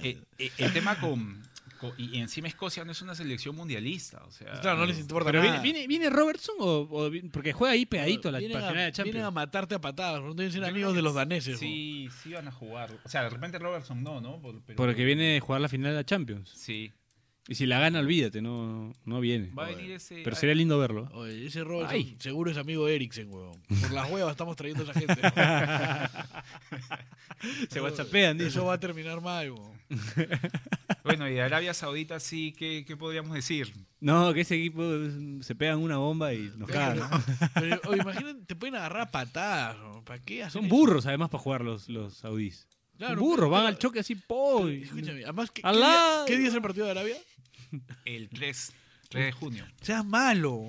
Eh, eh, el tema con. con- y y encima Escocia no es una selección mundialista. O sea,
Claro, no les importa
Pero viene,
nada.
viene, viene Robertson o, o vi- porque juega ahí pegadito a la
Vienen
para
a-
final de
vienen a
Champions.
matarte a patadas, no deben ser
Yo
amigos
creo
de
que
los daneses.
Sí, sí van a jugar. O sea, de repente Robertson no, ¿no? Por- pero-
Porque viene a jugar la final de la Champions.
Sí.
Y si la gana, olvídate, no, no viene.
Va a eh, venir ese.
Pero sería lindo verlo.
¿no? Oye, ese Robertson
Ay.
seguro es amigo de Eriksen, weón. Por las huevas estamos trayendo a esa gente. ¿no?
Se whatsappean, dice.
Eso va a terminar mal, weón.
Bueno, y de Arabia Saudita, sí, ¿qué, qué podríamos decir?
No, que ese equipo eh, se pegan una bomba y nos cagan. ¿no?
Pero, oye, imagínate, te pueden agarrar a patadas, ¿no? ¿Para qué hacer
Son
eso?
burros además para jugar los, los saudís.
Claro,
Son burros,
pero-
van al choque así, po. y-
Escúchame, además, ¿qué, qué día,
Alá.
qué día es el partido de Arabia?
El 3, 3 de junio.
Seas malo.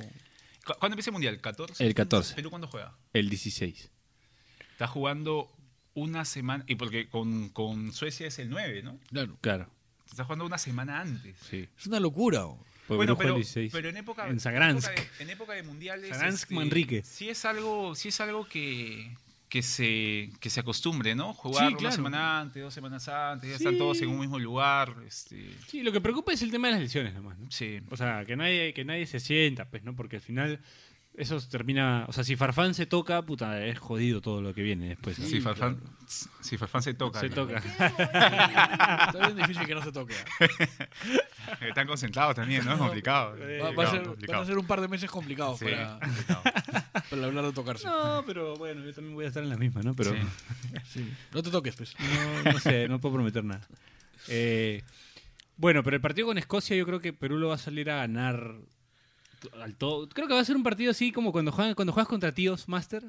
¿Cu- ¿Cuándo empieza el mundial? ¿14?
El 14.
¿Perú cuándo juega?
El 16.
Está jugando una semana. Y porque con, con Suecia es el 9, ¿no?
Claro.
Claro,
Está jugando una semana antes.
sí.
Es una locura. o.
Porque
bueno,
Perú juega
pero,
el 16.
pero en época,
En Sagransk.
En época de, en época de mundiales. este,
Sagransk, Manrique.
Sí es algo, sí es algo que, que, se, que se acostumbre, ¿no? Jugar
Sí,
una
claro.
semana antes, dos semanas antes, ya
Sí.
están todos en un mismo lugar. Este,
Sí, lo que preocupa es el tema de las lesiones nomás, ¿no?
sí.
O sea, que nadie, que nadie se sienta, pues, ¿no? Porque al final eso termina... O sea, si Farfán se toca, puta, es jodido todo lo que viene después. ¿no?
si, Farfán, si Farfán se toca.
Se
¿no?
toca.
Está bien difícil que no se toque. ¿eh?
Eh, Están concentrados también, ¿no? eh, Es complicado.
Va, va a
Complicado,
ser, van
complicado.
a ser un par de meses complicados
Sí,
para,
complicado.
Para hablar de tocarse. No,
No, pero bueno, yo también voy a estar en la misma, ¿no? Pero
te toques, pues.
no, no sé, no puedo prometer nada. Eh, bueno, pero el partido con Escocia yo creo que Perú lo va a salir a ganar t- al todo. Creo que va a ser un partido así como cuando juegan, cuando juegas contra tíos, Master,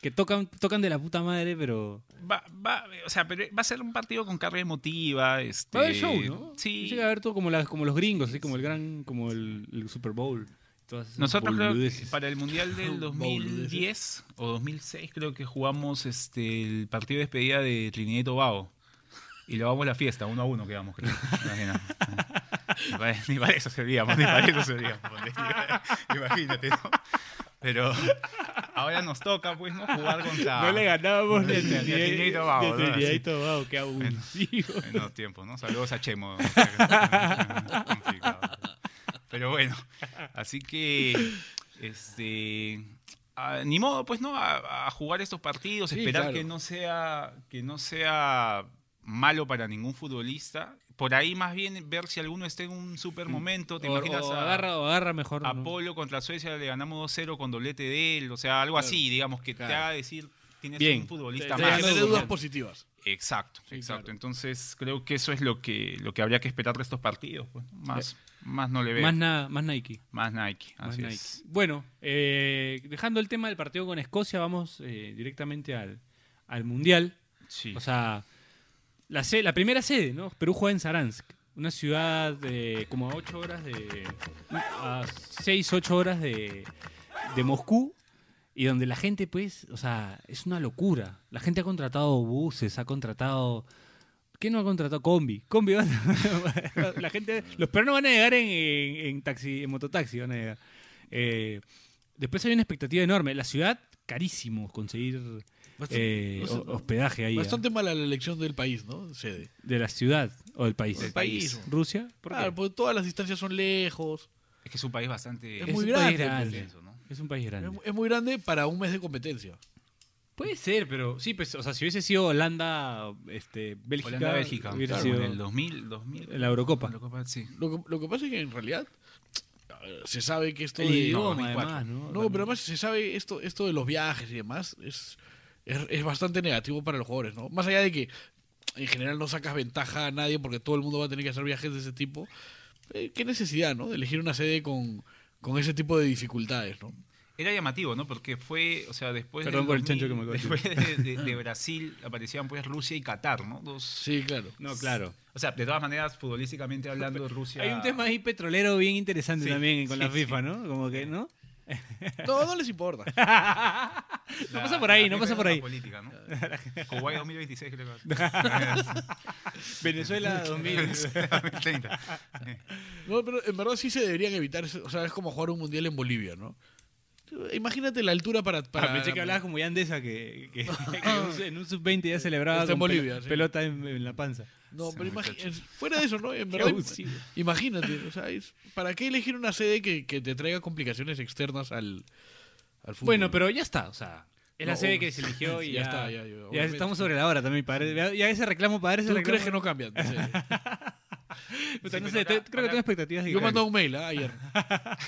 que tocan, tocan de la puta madre, pero...
Va, va, o sea, pero va a ser un partido con carga emotiva. Este,
Va a haber show, ¿no?
Sí.
Llega a haber todo como, las, como los gringos, así como el gran, como el, el Super Bowl. todas esas
Nosotros creo que
boludeces.
para el Mundial del 2010 o 2006 creo que jugamos este, el partido de despedida de Trinidad y Tobago. Y lo vamos a la fiesta, uno a uno quedamos, creo. Imagina. Ni para- Ni para eso servíamos, ni para eso servíamos. Imagínate, ¿no? Pero ahora nos toca, pues, ¿no? Jugar contra...
No le ganábamos
Ni
ni
a
a
Trinidad y Tobago, ¿no?
Trinidad
Así.
y Tobago, qué abusivo.
En los tiempos, ¿no? Saludos a Chemo. Complicado. Pero bueno, así que, este, ah, ni modo, pues, ¿no? A, a jugar estos partidos,
Sí,
esperar
claro.
que no sea que no sea malo para ningún futbolista. Por ahí más bien ver si alguno está en un super momento. ¿Te
O-
imaginas?
o
a-
agarra, o agarra mejor. ¿no?
Apolo contra Suecia le ganamos 2-0 con doblete de él, o sea, algo así, digamos, que te
Claro.
haga decir, tienes
Bien.
un
Te
futbolista más.
genera
mal.
dudas positivas.
Exacto,
Sí,
exacto.
claro.
Entonces creo que eso es lo que, lo que habría que esperar de estos partidos. pues, ¿no? Más, más no le veo.
Más,
Más,
na- más Nike.
Nike.
más
así
Nike.
es.
Bueno, eh, dejando el tema del partido con Escocia, vamos eh, directamente al, al Mundial.
Sí.
O sea, la, se- la primera sede, ¿no? Perú juega en Saransk, una ciudad de como a 8 horas de. a 6, 8 horas de, de Moscú. Y donde la gente, pues, o sea, es una locura. La gente ha contratado buses, ha contratado. ¿Qué no ha contratado? Combi. Combi van a- La gente. Los peruanos van a llegar en, en- en taxi, en mototaxi, van a llegar. Eh, después hay una expectativa enorme. La ciudad, carísimo conseguir eh,
o sea,
ho- hospedaje ahí. ¿ah?
Bastante mala la elección del país, ¿no? Sede.
¿De la ciudad o del país?
Del país. Ah,
¿Rusia? ¿Por qué?
Claro, porque todas las distancias son lejos.
Es que es un país bastante
Es muy
un país
grande,
denso, ¿no?
Es un país grande.
Es, es muy grande para un mes de competencia.
Puede ser, pero sí, pues, o sea, si hubiese sido Holanda, este, Bélgica,
Holanda-Bélgica.
hubiese
claro,
sido
en el 2000, 2000.
en la Eurocopa.
Eurocopa, sí.
Lo que, lo que pasa es que en realidad eh, se sabe que esto
El
de.
idioma,
no, 2004.
además, ¿no?
No, pero además se sabe esto, esto de los viajes y demás es, es, es bastante negativo para los jugadores, ¿no? Más allá de que en general no sacas ventaja a nadie porque todo el mundo va a tener que hacer viajes de ese tipo, eh, ¿qué necesidad, ¿no? De elegir una sede con, con ese tipo de dificultades, ¿no?
Era llamativo, ¿no? Porque fue, o sea, después.
Perdón
del
por el chancho que me
2000,
corté.
Después de, de- de Brasil aparecían pues Rusia y Qatar, ¿no? Dos,
Sí, claro.
No, claro.
O sea, de todas maneras, futbolísticamente hablando, Rusia.
Hay un tema ahí petrolero bien interesante
Sí,
también con
sí,
la
sí.
FIFA, ¿no? Como que, ¿no?
No, no les importa.
no pasa por ahí, no pasa por ahí.
Política, ¿no? Kuwait 2026, creo que.
Venezuela 2000.
30.
No, pero en verdad sí se deberían evitar. ese- O sea, es como jugar un mundial en Bolivia, ¿no? Imagínate la altura para. para
Ah, pensé que hablabas como Yandesa, que, que- que en un sub-20 ya celebraba
Está en
con pel-
Bolivia, sí.
pelota en, en la panza.
No, pero imagi-
muchacho.
es- fuera de eso, ¿no? En
Qué
verdad,
abusivo.
imagínate, o sea, es- ¿para qué elegir una sede que, que te traiga complicaciones externas al, al fútbol?
Bueno, pero ya está, o sea. Es la
No,
sede
obvio.
que se eligió y
Ya
ya,
está, ya, ya,
ya
obviamente.
estamos sobre la hora también, padre. Ya, ya ese reclamo, padre, ese
¿Tú
reclamo.
crees que no cambian? de sede?
Puta, no sé,
Sí, pero
te- creo
ahora-
que
ahora-
tengo expectativas de
Yo
que-
mandé un mail ¿ah? ayer. Por-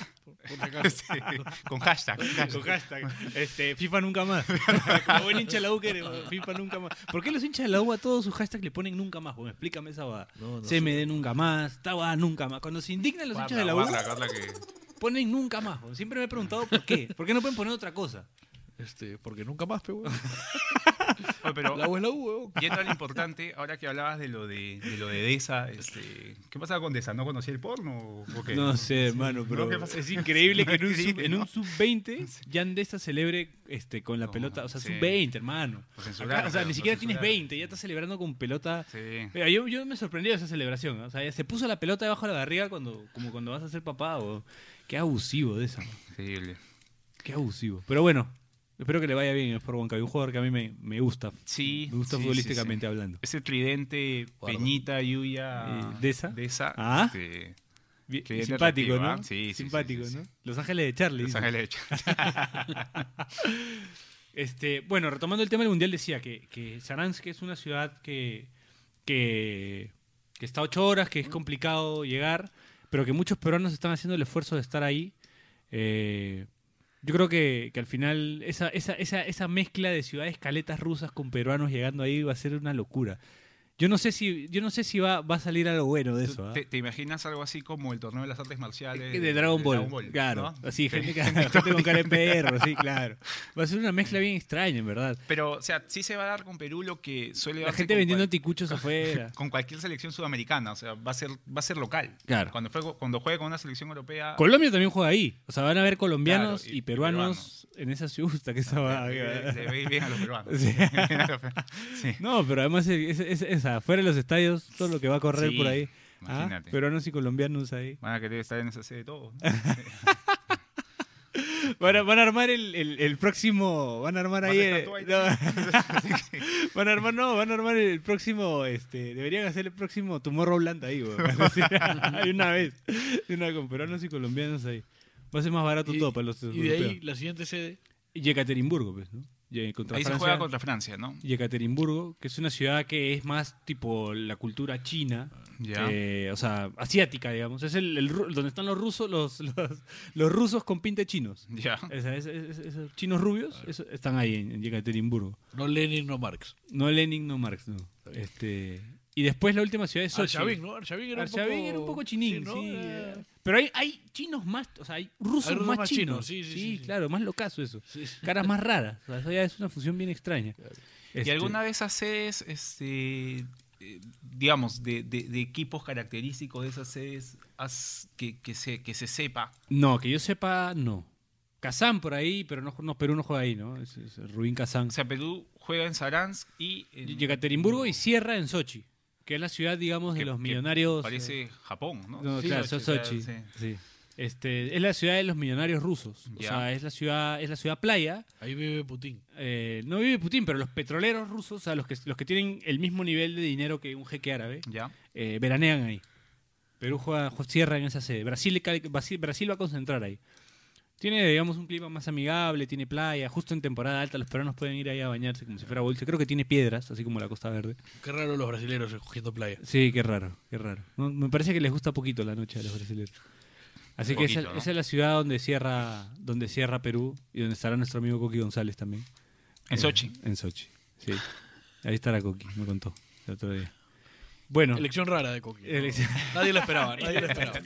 por si acaso.
Sí, con hashtag.
Con hashtag, este, FIFA nunca más. Como buen hincha de la U que eres, FIFA nunca más. ¿Por qué los hinchas de la U a todos sus hashtags le ponen nunca más? weón? explícame esa va.
No, no
CMD nunca más, Taba nunca más. Cuando se indignan los hinchas de la U,
Guarda, guarda, guarda que-
ponen nunca más. weón. Siempre me he preguntado por qué. ¿Por qué no pueden poner otra cosa?
Este, porque nunca más, pe, weón.
Oye, pero
La U es la U, weón.
yendo a lo importante, ahora que hablabas de lo de, de lo de Deza, este, ¿qué pasaba con Deza? ¿No conocía el porno o qué?
No sé, hermano, pero
¿qué pasa?
es increíble que en un, sub,
Increíble,
en
¿no?
un sub 20 Yandesa celebre este, con la
No,
pelota, o sea,
sí. Pues,
sub 20, hermano. Acá,
Lo censuraron,
o sea,
creo,
ni
lo
siquiera tienes
censuraron.
20, ya estás celebrando con pelota.
Sí.
Mira, yo, yo me sorprendí de esa celebración, ¿no? o sea, ya se puso la pelota debajo de la barriga cuando, como cuando vas a ser papá, o qué abusivo de esa, ¿no?
Increíble.
qué abusivo. Pero bueno, espero que le vaya bien a Sport Huancayo, un jugador que a mí me, me gusta,
Sí,
me gusta
sí,
futbolísticamente
sí, sí.
hablando.
Ese tridente,
Guarda.
Peñita, Yuya.
Eh, ¿Deza?
Deza.
Ah.
este,
Bien-
Cliente
simpático,
atractivo, ¿ah?
¿no?
Sí, sí, sí,
simpático,
sí, sí.
¿no? Los Ángeles de Charlie.
Los
dice.
Ángeles de Ch-
Este, bueno, retomando el tema del mundial, decía que, que Saransk es una ciudad que, que, que está a ocho horas, que es complicado llegar, pero que muchos peruanos están haciendo el esfuerzo de estar ahí. Eh, Yo creo que, que al final esa, esa, esa, esa mezcla de ciudades caletas rusas con peruanos llegando ahí va a ser una locura. Yo no sé si, yo no sé si va, va a salir algo bueno de eso. ¿ah?
¿Te, te imaginas algo así como el torneo de las artes marciales?
De Dragon
de
Ball, claro.
¿no?
Así, gente, gente con cara de perro, sí, claro. Va a ser una mezcla bien extraña, en verdad.
Pero, o sea, sí se va a dar con Perú lo que suele
La
darse
gente
con
vendiendo
cual-
ticuchos afuera.
con cualquier selección sudamericana, o sea, va a ser, va a ser local.
Claro.
Cuando, juegue, cuando juegue con una selección europea,
Colombia también juega ahí. O sea, van a haber colombianos
Claro,
Ah.
y-
y, peruanos en esa ciudad que estaba.
se se ve bien a los peruanos.
Sí.
Sí.
No, pero además es, es- es- afuera de los estadios todo lo que va a correr
Sí,
por ahí. Ah,
Imagínate.
Peruanos y colombianos ahí.
Van a querer estar en esa sede todos. ¿no?
Van a, van a armar el, el- el próximo. Van a armar
Van a
ahí.
estar
eh,
todos ahí.
no. van a armar, no, van a armar el próximo. este Deberían hacer el próximo Tomorrowland ahí, güey. Hay una vez. De una con peruanos y colombianos ahí. Va a ser más barato
Y-
todo para los
Y de ahí,
europeos.
la siguiente sede.
Y Ekaterimburgo, pues, ¿no? Y contra
Ahí se
Francia.
juega contra Francia, ¿no?
y Ekaterimburgo, que es una ciudad que es más tipo la cultura china,
Ya.
eh, o sea, asiática, digamos. Es el, el ru- donde están los rusos, los, los, los rusos con pinta de chinos.
Ya.
O sea, es- es- es- esos chinos rubios eso- están ahí en, en Yekaterinburgo.
No Lenin, no Marx.
No Lenin, no Marx, no. Este, y después la última ciudad es Sochi.
Arshavin, Ah, ¿no? Arshavin era,
Arshavin
un poco...
era un poco chinín, sí.
¿no? Era-
eh. Pero hay, hay chinos más, o sea, hay rusos
Hay rusos
más,
más
chinos.
chinos, sí, sí, sí, sí.
claro, más locazo eso. Caras más raras. O sea, eso ya es una fusión bien extraña.
¿Y
Este,
alguna de esas sedes, este, eh, digamos, de, de- de equipos característicos de esas sedes has- que, que se, que se sepa?
No, que yo sepa, no. Kazán por ahí, pero no, no, Perú no juega ahí, ¿no? Es, es Rubín Kazán.
O sea, Perú juega en Saransk y... en-
Yekaterinburgo y cierra en Sochi, que es la ciudad, digamos,
que-
de los
que
millonarios. eh,
Parece Japón, ¿no?
no, claro, so- Sochi.
claro, sí.
sí. Este, es la ciudad de los millonarios rusos. O
Ya.
sea, es la ciudad, es la ciudad playa.
Ahí vive Putin.
Eh, no vive Putin, pero los petroleros rusos, o sea, los que, los que tienen el mismo nivel de dinero que un jeque árabe,
Ya.
eh, veranean ahí. Perú juega, jue- cierra en esa sede. Brasil, cal- Brasil, Brasil va a concentrar ahí. Tiene, digamos, un clima más amigable, tiene playa. Justo en temporada alta, los peruanos pueden ir ahí a bañarse como si fuera bolsa. Creo que tiene piedras, así como la Costa Verde.
Qué raro los brasileños escogiendo playa.
Sí, qué raro, qué raro. No, me parece que les gusta poquito la noche a los brasileños. Así
Un
que esa,
poquito, ¿no?
esa es la ciudad donde cierra, donde cierra Perú y donde estará nuestro amigo Coqui González también.
En
Eh,
Sochi.
En Sochi, sí. Ahí estará Coqui, me contó el otro día. Bueno,
Elección rara de Coqui. ¿no?
Elección-
Nadie lo esperaba, nadie lo esperaba.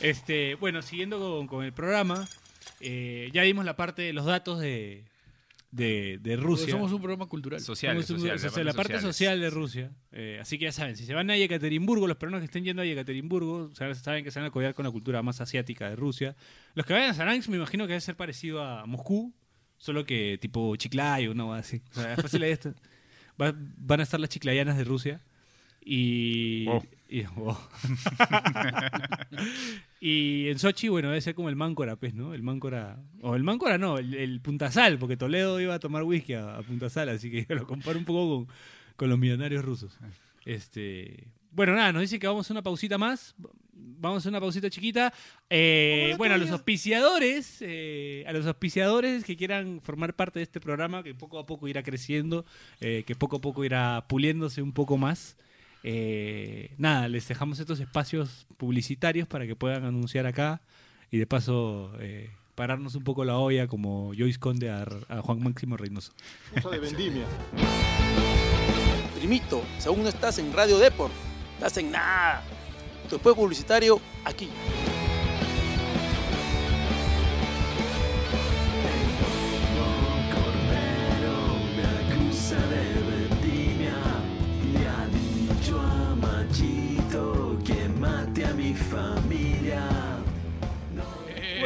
Este, bueno, siguiendo con, con el programa, eh, ya dimos la parte de los datos de, de, de
Porque
Rusia.
somos un programa cultural.
Sociales,
Somos un-
sociales,
o sea, la parte social de Rusia. Eh, así que ya saben, si se van a Yekaterinburgo, los peruanos que estén yendo a Yekaterinburgo, o sea, saben que se van a codear con la cultura más asiática de Rusia. Los que vayan a Saransk, me imagino que debe ser parecido a Moscú, solo que tipo Chiclayo, no así. O sea, fácil ahí está. Va- van a estar las chiclayanas de Rusia. Y.
Wow.
Y, oh. wow. Y en Sochi, bueno, debe ser como el Máncora, pues, ¿no? El Máncora. O el Máncora no, el, el Puntasal, porque Toledo iba a tomar whisky a, a Puntasal, así que yo lo comparo un poco con, con los millonarios rusos. Este. Bueno, nada, nos dicen que vamos a una pausita más. Vamos a una pausita chiquita. Eh, bueno, a los auspiciadores, eh, a los auspiciadores que quieran formar parte de este programa, que poco a poco irá creciendo, eh, que poco a poco irá puliéndose un poco más. Eh, nada, les dejamos estos espacios publicitarios para que puedan anunciar acá y de paso eh, pararnos un poco la olla como Joyce Conde a, a Juan Máximo Reynoso.
Excusa de vendimia.
Primito, si aún no estás en Radio Deport, no estás en nada. Tu después publicitario aquí.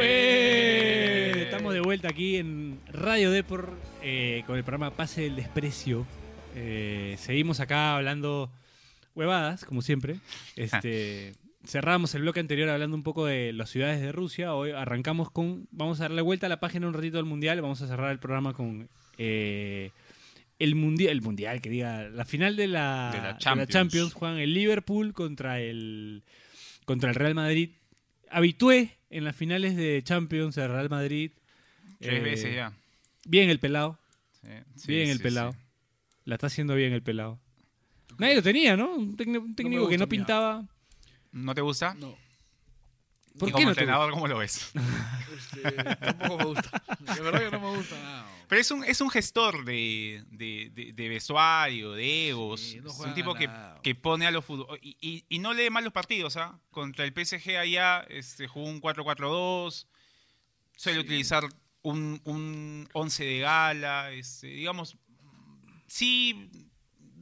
Eh, Estamos de vuelta aquí en Radio Depor eh, con el programa Pase del Desprecio. Eh, seguimos acá hablando huevadas, como siempre.
Ah.
Este, cerramos el bloque anterior hablando un poco de las ciudades de Rusia. Hoy arrancamos con. Vamos a darle vuelta a la página un ratito del Mundial. Vamos a cerrar el programa con. eh, el mundial, el mundial que diga, la final de la,
De la
Champions.
Champions.
juegan el Liverpool contra el contra el Real Madrid. Habitué en las finales de Champions al Real Madrid.
Tres
Eh,
veces ya.
Bien el pelado,
Sí, sí,
bien el
sí,
pelado.
sí.
La está haciendo bien el pelado. Nadie lo tenía, ¿no? Un, técnico- un técnico que
gusta
no
a mí, ah.
pintaba.
¿No te gusta?
No.
¿Por
y
qué
como
no te
entrenador, ¿cómo lo ves?
Este, tampoco me gusta. De verdad que no me gusta nada.
Pero es un, es un gestor de, de- de- de vestuario, de egos.
Sí, no
es
juegan
un tipo
a
que,
nada.
que pone a los fútbol Y, y- y no lee mal los partidos, ¿ah? Contra el PSG allá este, jugó un 4-4-2. Suele utilizar un, un 11 de gala. Este, digamos, sí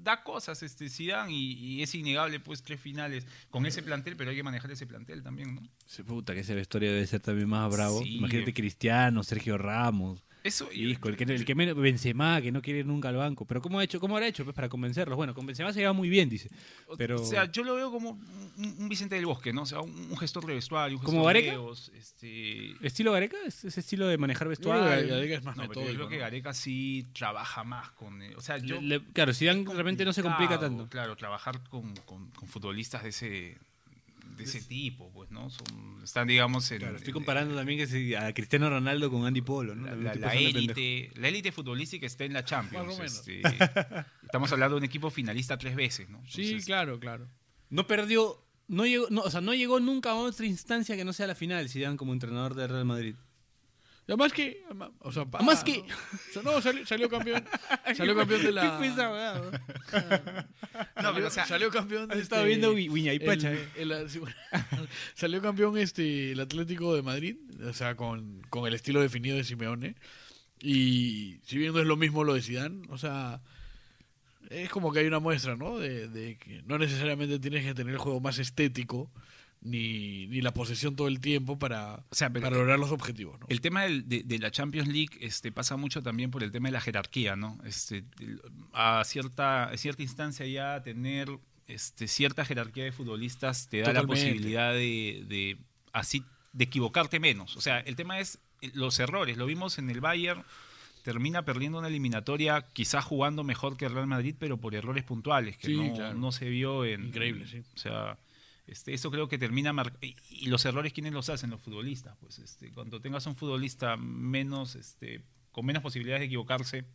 da cosas este Zidane y, y es innegable pues tres finales con ese plantel pero hay que manejar ese plantel también ¿no?
Sí, puta, que ese vestuario debe ser también más bravo.
Sí.
Imagínate Cristiano, Sergio Ramos,
eso
Isco, el que, el que menos, Benzema, que no quiere ir nunca al banco. Pero ¿cómo, ha hecho, cómo habrá hecho pues, para convencerlos? Bueno, con Benzema se lleva muy bien, dice. Pero...
O sea, yo lo veo como un, un Vicente del Bosque, ¿no? O sea, un, un gestor de vestuario, un
¿Como
gestor de
Gareca?
egos, este...
¿Estilo Gareca? ¿Es ese estilo de manejar
Yo creo que
vestuario?
Gareca es más
No, pero yo
metódico,
creo que
¿no?
Gareca sí trabaja más con... eh, O sea, yo...
Le- le- claro, Zidane
es
realmente no se complica
complicado,
tanto.
Claro, trabajar con, con- con futbolistas de ese, de ese tipo, pues, ¿no? Son- están, digamos, en...
Claro, estoy
en-
comparando también que si- a Cristiano Ronaldo con Andy Polo, ¿no?
eh,
También
La, la-
estoy
la
pasando de pendejo.
élite, la élite futbolística está en la Champions.
Más o menos.
este, estamos hablando de un equipo finalista tres veces, ¿no?
Sí,
Entonces,
claro, claro.
No perdió, no llegó, no, o sea, no llegó nunca a otra instancia que no sea la final, Zidane como entrenador de Real Madrid.
Y además que. ama- O sea, pa-
Además que-
¿no? O sea, no, salió, salió campeón. Salió campeón de la.
No, pero, o sea,
salió campeón de.
Has estado
este-
viendo Wi- Wiña y Pacha.
el-
eh.
el- sí, bueno. salió campeón este el Atlético de Madrid, o sea, con, con el estilo definido de Simeone. Y si bien no es lo mismo lo de Zidane, o sea, es como que hay una muestra, ¿no? De, de que no necesariamente tienes que tener el juego más estético ni, ni la posesión todo el tiempo para,
O sea, pero-
para lograr los objetivos, ¿no?
El tema del- de, de la Champions League este, pasa mucho también por el tema de la jerarquía, ¿no? Este, el- a cierta, a cierta instancia ya tener este, cierta jerarquía de futbolistas te da
Totalmente.
la posibilidad de, de así de equivocarte menos. O sea, el tema es eh, los errores. Lo vimos en el Bayern, termina perdiendo una eliminatoria, quizás jugando mejor que el Real Madrid, pero por errores puntuales que
Sí,
no,
claro.
no se vio en.
Increíble, sí.
O sea. Este, eso creo que termina mar- y, y los errores quiénes los hacen los futbolistas pues este, cuando tengas un futbolista menos este, con menos posibilidades de equivocarse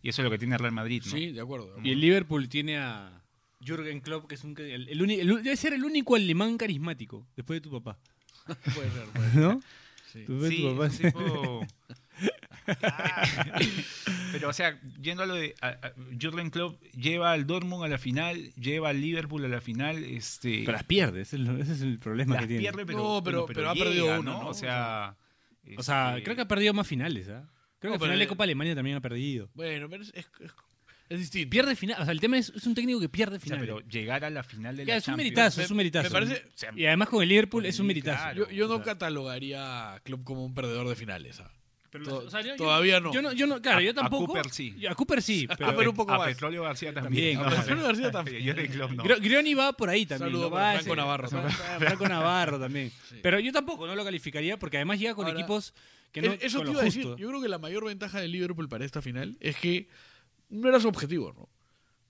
y eso es lo que tiene el Real Madrid ¿no?
Sí, de acuerdo. de
Y el Liverpool tiene a Jürgen Klopp, que es un, el, el uni- el u- debe ser el único alemán carismático, después de tu papá.
acuerdo. Puede ser, puede ser.
¿No?
Sí.
Después de
Sí,
tu papá.
es un tipo- pero o sea yendo a lo de a- a- Jürgen Klopp lleva al Dortmund a la final lleva al Liverpool a la final este
Pero las pierde, ese es, lo- ese es el problema
las
que tiene.
pierde pero,
No,
bueno,
pero- pero ha perdido
llega,
una, ¿no?
o sea
O sea,
este,
creo que ha perdido más finales, ¿ah? Creo
No,
que la final
pero-
de Copa Alemania también ha perdido.
Bueno, pero es, es, es- es distinto.
Pierde final, o sea, el tema es, es un técnico que pierde
o sea,
final.
pero llegar a la final de la
es un
Champions-
meritazo, es un
Me-
meritazo.
me parece-
O sea,
Y además con el Liverpool es un
Sí,
meritazo.
claro.
Yo, yo no
o sea.
catalogaría a Klopp como un perdedor de finales. ¿ah?
Pero,
To-
o sea, yo- yo-
todavía no.
Yo no, yo no- claro,
A-
yo
a
tampoco.
Cooper sí.
A Cooper sí, pero,
pero un poco
a
más.
Petróleo García también.
También,
¿no?
a
Petróleo García también.
Jürgen Klopp no.
Gro- Grioni va por ahí también.
Saludo
¿no?
para
Va
Franco Navarro.
Fra- Fra- Franco Navarro también.
Sí.
Pero yo tampoco no lo calificaría porque además llega con
Ahora,
equipos que no
Es- E, Eso
con lo
te iba a decir.
justo. ¿eh?
Yo creo que la mayor ventaja de Liverpool para esta final es que no era su objetivo, ¿no?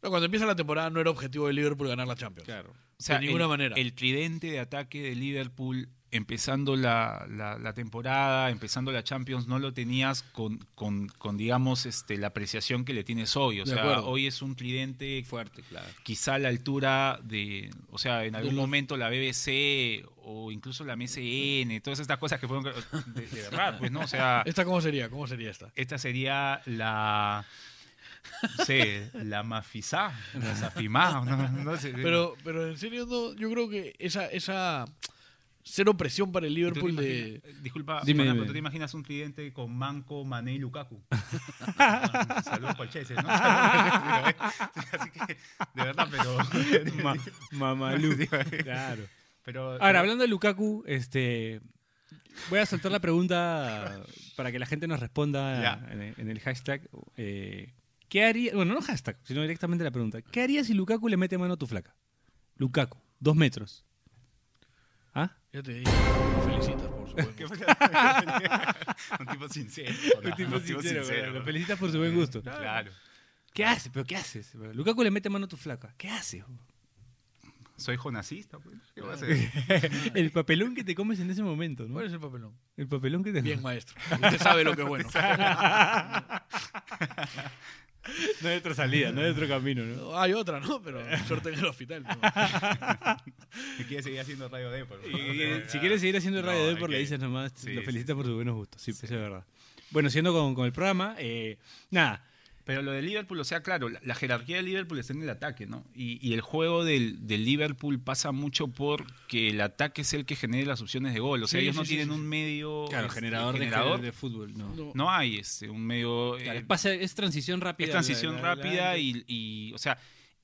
No, Cuando empieza la temporada no era objetivo de Liverpool ganar la Champions.
Claro.
O sea,
de ninguna
el,
manera.
El tridente de ataque de Liverpool, empezando la, la- la temporada, empezando la Champions, no lo tenías con, con- con, digamos, este, la apreciación que le tienes hoy. O
De
sea,
acuerdo.
hoy es un tridente
Fuerte, claro.
quizá a la altura de, o sea, en algún
los-
momento la BBC o incluso la MSN, todas estas cosas que fueron de, de verdad, pues, ¿no? O sea,
Ah, ¿Esta cómo sería? ¿Cómo sería esta?
Esta sería la. No sé, la mafisá, la zafimá, no, no sé.
Pero, pero en serio, no, yo creo que esa, esa cero presión para el
¿Tú te
Liverpool de...
imaginas- Disculpa,
Dime,
Fernando,
dime.
¿tú te imaginas un cliente con Manco, Mané y Lukaku? Ah, Saludos por Chelsea, ¿no? Así que, de verdad, pero.
Mamalú. claro.
pero
Ahora, hablando de Lukaku, este. Voy a soltar la pregunta para que la gente nos responda
Ya.
en el, en el hashtag. eh, ¿Qué haría? Bueno, no hashtag, sino directamente la pregunta. ¿Qué haría si Lukaku le mete mano a tu flaca? Lukaku, dos metros. ¿Ah?
Ya te digo, lo felicitas, por
¿Qué
supuesto.
fue la- un tipo sincero. ¿verdad?
Un tipo sincero, güey. Lo felicitas por su buen gusto.
Claro.
¿Qué haces? ¿Pero qué haces? Lukaku le mete mano a tu flaca. ¿Qué haces? güey?
Soy jonacista, pues. ¿Qué
Ah.
va a hacer?
El papelón que te comes en ese momento, ¿no?
¿Cuál es el papelón?
El papelón que te
Bien, maestro. Usted sabe lo que es bueno.
No hay otra salida, no hay otro camino, ¿no?
No, hay otra, ¿no? Pero suerte en el hospital. ¿no?
Si quieres seguir haciendo radio de por
Y-
eh,
y- si quieres seguir haciendo radio
No,
de por
hay
le
que-
dices nomás,
sí,
lo
sí.
felicitas por sus buenos gustos. Sí, pues es verdad. Bueno, siendo con, con el programa, eh, nada.
Pero lo de Liverpool, o sea, claro, la, la jerarquía de Liverpool está en el ataque, ¿no? Y, y el juego del, del Liverpool pasa mucho porque el ataque es el que genera las opciones de gol. O sea,
Sí,
ellos
sí,
no
sí,
tienen
sí,
un medio.
Claro,
este,
generador, de-
generador.
De, fútbol, no.
No.
No hay este, un medio.
Claro,
eh,
es, pase- es transición rápida.
es transición
la- la- la-
rápida y, y, o sea,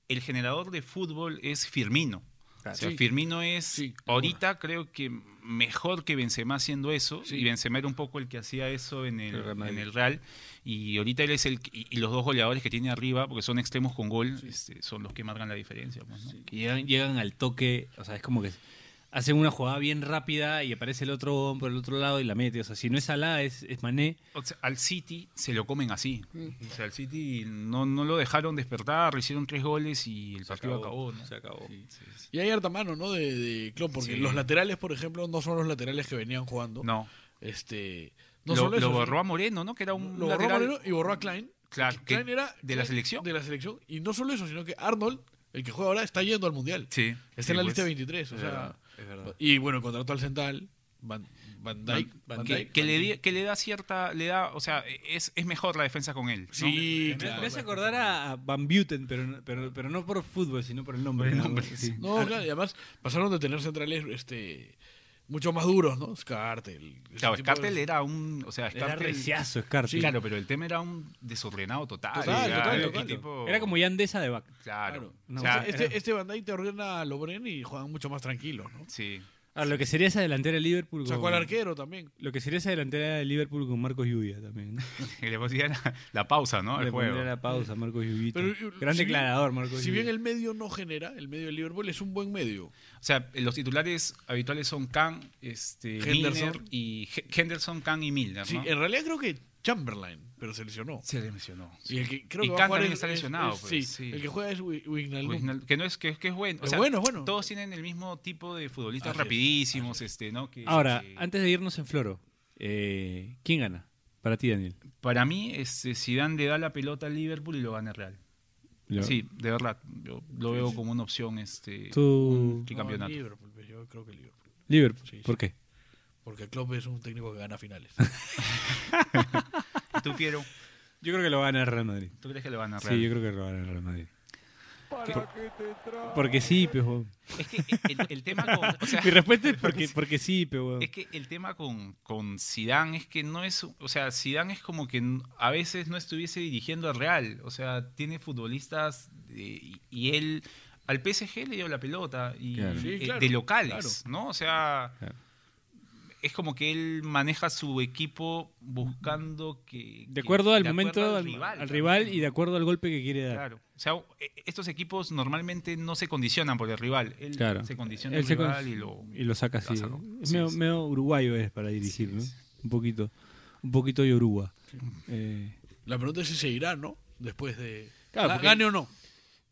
el generador de fútbol es Firmino.
Claro.
O sea,
Sí.
Firmino es
Sí, de
ahorita creo que mejor que Benzema haciendo eso
Sí.
y Benzema era un poco el que hacía eso en el,
El Real Madrid.
en el Real y ahorita él es el que- y, y los dos goleadores que tiene arriba porque son extremos con gol este, son los que marcan la diferencia. pues, ¿no?
Que llegan, llegan al toque, o sea, es como que hacen una jugada bien rápida y aparece el otro huevón por el otro lado y la mete. O sea, si no es Salah, es, es Mané.
O sea, al City se lo comen así.
Mm.
O sea, al City no, no lo dejaron despertar, le hicieron tres goles y el partido acabó. ¿no?
Se acabó.
Y hay harta mano, ¿no? De, de Klopp, porque
Sí.
los laterales, por ejemplo, no son los laterales que venían jugando.
No.
Este, no
lo,
solo eso,
lo borró a
sino-
Moreno, ¿no? Que era un
lo borró
lateral-
Moreno y borró a Klein.
Claro, que-
Klein era
de la
Klein
selección.
De la selección. Y no solo eso, sino que Arnold, el que juega ahora, está yendo al mundial.
Sí.
Está
sí,
en la
pues.
lista 23. O
Es
sea,
verdad, es verdad.
y bueno, contrató al central, Van, Van Dijk.
Van- que, que le di- que le da cierta, le da, o sea, es, es mejor la defensa con él. ¿no?
Sí,
Me-
claro.
Me hace acordar a, a Van Buten, pero, no- pero, pero no por fútbol, sino por el nombre.
el nombre,
Sí.
sí.
No, claro, y además pasaron de tener centrales este, mucho más duros, ¿no? Scartel. ese
Claro,
tipo de-
Scartel era un, o sea,
Era
Scartel,
reciazo, Scarpa.
Sí, claro, pero el tema era un desordenado total.
Total,
era
total,
algo
total.
que tipo-
Era como Yandesa de Bac.
claro,
No,
o sea,
o sea,
Este, este Van Dijk te ordena a Lobren y juegan mucho más tranquilos, ¿no?
sí,
Ahora, Ah, lo que sería esa delantera de Liverpool.
Sacó
con-
al arquero también.
Lo que sería esa delantera de Liverpool con Marcos Lluvia también. ¿no?
Y le ponían la, la pausa, ¿no? Al
Le
juego.
pondría la pausa, Marcos Lluvita.
Pero, eh,
Gran
si bien-
declarador, Marcos
Si bien
Lluvia.
el medio no genera, el medio de Liverpool es un buen medio.
O sea, los titulares habituales son Khan, este,
Henderson.
Milner y He- Henderson, Khan y Milner,
Sí,
¿no?
en realidad creo que Chamberlain, pero se lesionó.
Se le mencionó.
Y el que creo
Y
que va a
Kant
jugar
también
es-
está
es-
lesionado,
es-
pues,
sí,
sí.
el que juega es Wi- Wijnaldum.
Original- Que no es que, es que es bueno. O
Es
sea,
bueno, es bueno.
Todos tienen el mismo tipo de futbolistas
Así es,
rapidísimos, este, ¿no? Que-
Ahora,
que-
antes de irnos en floro, eh, ¿quién gana? Para ti, Daniel.
para mí, este, Zidane le da la pelota al Liverpool y lo gana el Real. Sí, de verdad. Yo lo veo como una opción, este,
Tú,
que
No,
campeonato.
Liverpool, pues, yo creo que Liverpool.
Liverpool.
Sí, sí.
¿Por qué?
Porque Klopp es un técnico que gana finales.
¿Tú, Piero?
Yo creo que lo gana el Real Madrid.
¿Tú crees que lo gana el Real?
Sí, yo creo que lo gana el Real Madrid. Por- porque sí, pejo.
Es que el, el tema con, o sea,
Mi respuesta es porque, porque sí, pejo.
es que el tema con, con Zidane es que no es, o sea, Zidane es como que n- a veces no estuviese dirigiendo al Real, o sea, tiene futbolistas eh, y, y él al PSG le dio la pelota y
Claro.
Sí,
eh,
claro,
de locales, ¿no? O sea,
Claro.
es como que él maneja su equipo buscando que
De
que-
acuerdo al
de
momento,
acuerdo
al al rival, y de acuerdo al golpe que quiere dar.
Claro. O sea, e- estos equipos normalmente no se condicionan por el rival. Él
Claro.
se condiciona
Él
al
se
rival
con-
y lo.
y lo saca así.
lo sacó.
Es
Sí,
medio,
sí.
medio uruguayo es para dirigir,
Sí,
¿no?
sí.
Un poquito, un poquito de Uruguay. Eh,
La pregunta es si seguirá, ¿no? Después de.
Claro,
Ah,
porque-
Gane o no.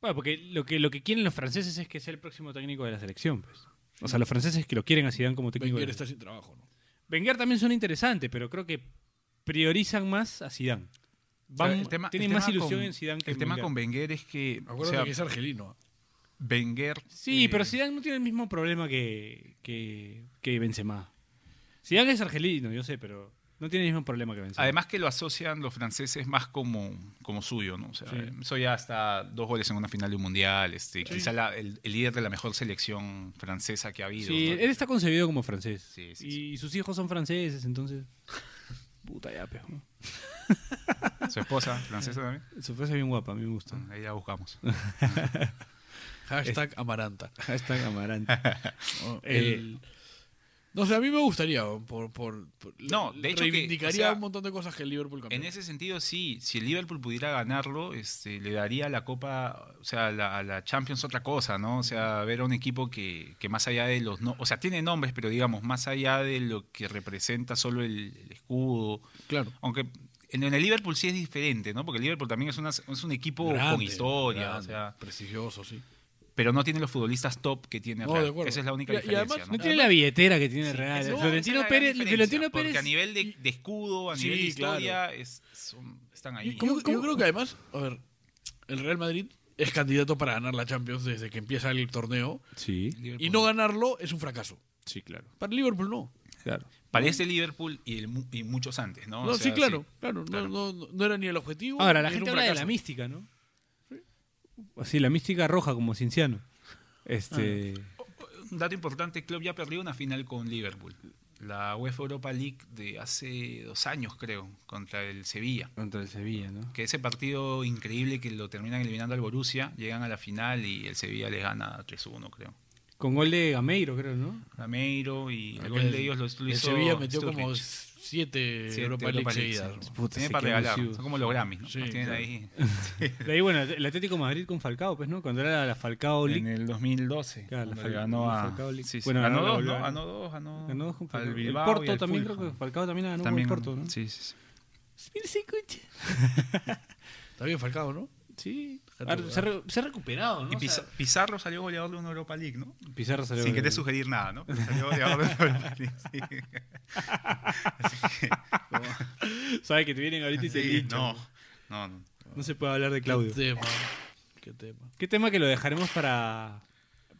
bueno, porque lo que lo que quieren los franceses es que sea el próximo técnico de la selección, pues. O sea, los franceses que lo quieren a Zidane como técnico. de
Wenger
la-
está sin trabajo, ¿no?
Wenger también son interesantes, pero creo que priorizan más a Zidane.
O
Van-
sea, el tema-
tienen
el
más
tema
ilusión
con-
en Zidane que
El
en
tema
Wenger.
con Wenger es que. O
Acuérdate
sea,
que es argelino. ¿ah?
Wenger.
Sí,
eh,
pero Zidane no tiene el mismo problema que, que, que Benzema. Zidane es argelino, yo sé, pero no tiene el mismo problema que Benzema.
Además que lo asocian los franceses más como, como suyo, ¿no? O sea,
Sí.
eso ya hasta dos goles en una final de un mundial, este, quizá la- el, el líder de la mejor selección francesa que ha habido.
Sí,
¿no?
él está concebido como francés.
Sí, sí,
y
sí.
sus hijos son franceses, entonces. Puta ya, pero.
Su esposa, francesa también.
Su frase bien guapa, a mí me gusta.
Ahí la buscamos.
Hashtag Amaranta.
Hashtag Amaranta.
El- No sé, a mí me gustaría. Por, por, por-
No, de hecho que, o
Reivindicaría
sea,
un montón de cosas que el Liverpool cambió.
En ese sentido, sí, si el Liverpool pudiera ganarlo, este, le daría la Copa, o sea, la, a la Champions otra cosa, ¿no? O sea, ver a un equipo que, que más allá de los... No, o sea, tiene nombres, pero digamos, más allá de lo que representa solo el, el escudo.
Claro.
Aunque en, en el Liverpool sí es diferente, ¿no? Porque el Liverpool también es, una, es un equipo
Grande,
con historia,
grande,
o sea...
Prestigioso, sí.
pero no tiene los futbolistas top que tiene
No,
Real.
de acuerdo.
Esa es la única
Y- y
diferencia.
además-
¿no?
No tiene la billetera que tiene Real.
Esa es la
Ah, Florentino
gran
Pérez,
diferencia,
Florentino
porque
Pérez
a nivel de, de escudo, a
Sí,
nivel de
claro.
historia, es- son- están ahí.
Yo, yo- yo creo que además, a ver, el Real Madrid es candidato para ganar la Champions desde que empieza el torneo.
Sí,
Y no ganarlo es un fracaso.
sí, claro.
Para el Liverpool no.
Claro.
Parece Liverpool y, el mu- y muchos antes, ¿no?
No,
O sea,
sí, claro. claro,
claro.
No, no- no era ni el objetivo.
Ahora, la
ni era
gente
un
habla de la
fracaso.
mística, ¿no? Así, la mística roja como Cinciano. Este,
Ah. Un dato importante, Klopp ya perdió una final con Liverpool. La UEFA Europa League de hace dos años, creo, contra el Sevilla.
contra el Sevilla, ¿no?
Que ese partido increíble que lo terminan eliminando al Borussia, llegan a la final y el Sevilla les gana 3-1, creo.
Con gol de Gameiro, creo, ¿no?
Gameiro y el
Porque
gol de ellos lo lo
el
hizo
Sevilla metió
Sturridge.
como siete,
Sí,
Europa League seguidas. ¿no?
Puta,
Tienen
se
para
quedó
regalar,
ciego.
son como los Grammys, ¿no?
Sí,
Los tienen
claro.
ahí.
De ahí, bueno, el Atlético de Madrid con Falcao, pues, ¿no? Cuando era la Falcao
En
League.
el 2012.
Claro, la
cuando
Fal-
le ganó
la
a.
Falcao League.
sí, sí,
Bueno,
ganó
ganó la
dos, ¿no?
Bolivia.
Ganó dos, ganó.
Ganó dos con
al
Falcao. El
Bilbao y
Porto
al
también,
Fulham.
creo que Falcao también ganó
También,
con el Porto, ¿no?
Sí, sí, sí.
Mira ese coche.
Está bien Falcao, ¿no?
Sí. Ah,
Ahora,
se, ha re- se ha recuperado, ¿no?
Y
O sea,
Pizar- Pizarro salió goleador de una Europa League, ¿no?
Pizarro salió.
Sin querer
de-
sugerir nada, ¿no? Pero Salió goleador de una Europa League. sí.
Sabe que te vienen ahorita y te
Sí,
linchan.
no, no, no.
No se puede hablar de Claudio.
Qué tema. Qué tema.
¿Qué tema que lo dejaremos para,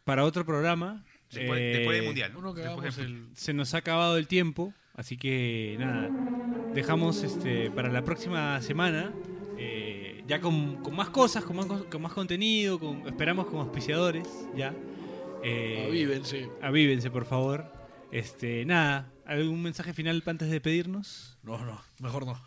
para otro programa?
Después,
Eh,
después del Mundial. ¿no?
Uno que
Después
hagamos
del-
el...
Se nos ha acabado el tiempo, así que nada, dejamos este, para la próxima semana, eh, ya con, con más cosas, con más, co- con más contenido, con- esperamos con auspiciadores, ya. Eh,
Ah, Avívense.
avívense, por favor. Este, nada, ¿algún mensaje final antes de despedirnos?
No, no, mejor no.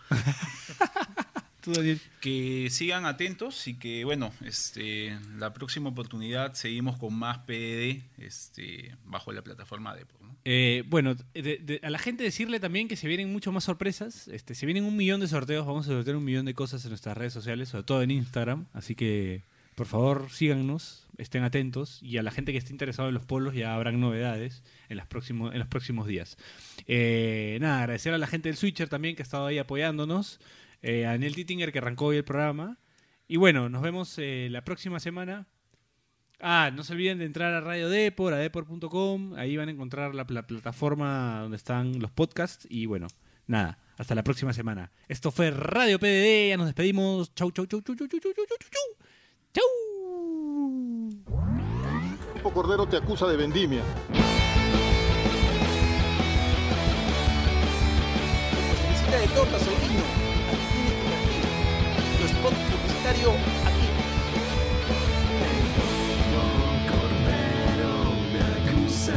Tú, Daniel.
Que sigan atentos y que, bueno, este, la próxima oportunidad seguimos con más PDD este, bajo la plataforma de ¿no?
Eh, bueno, de- de- a la gente decirle también que se vienen mucho más sorpresas. Este, se vienen un millón de sorteos. Vamos a sortear un millón de cosas en nuestras redes sociales, sobre todo en Instagram. Así que, por favor, síganos, estén atentos. Y a la gente que esté interesada en los polos ya habrán novedades en, las próximo- en los próximos días. Eh, nada, agradecer a la gente del Switcher también que ha estado ahí apoyándonos. eh, a Daniel Tittinger que arrancó hoy el programa. Y bueno, nos vemos eh, la próxima semana. Ah, no se olviden de entrar a Radio Depor, a depor.com. Ahí van a encontrar la, pla- plataforma donde están los podcasts. Y bueno, nada, hasta la próxima semana. Esto fue Radio PDD. Ya nos despedimos. Chau, chau, chau, chau, chau, chau, chau, chau, chau, chau. Chau.
Grupo Cordero te acusa de vendimia.
Visita de torta, sobrino. Aquí tienes que invertir. Tu spot publicitario aquí.
Cordero me acusa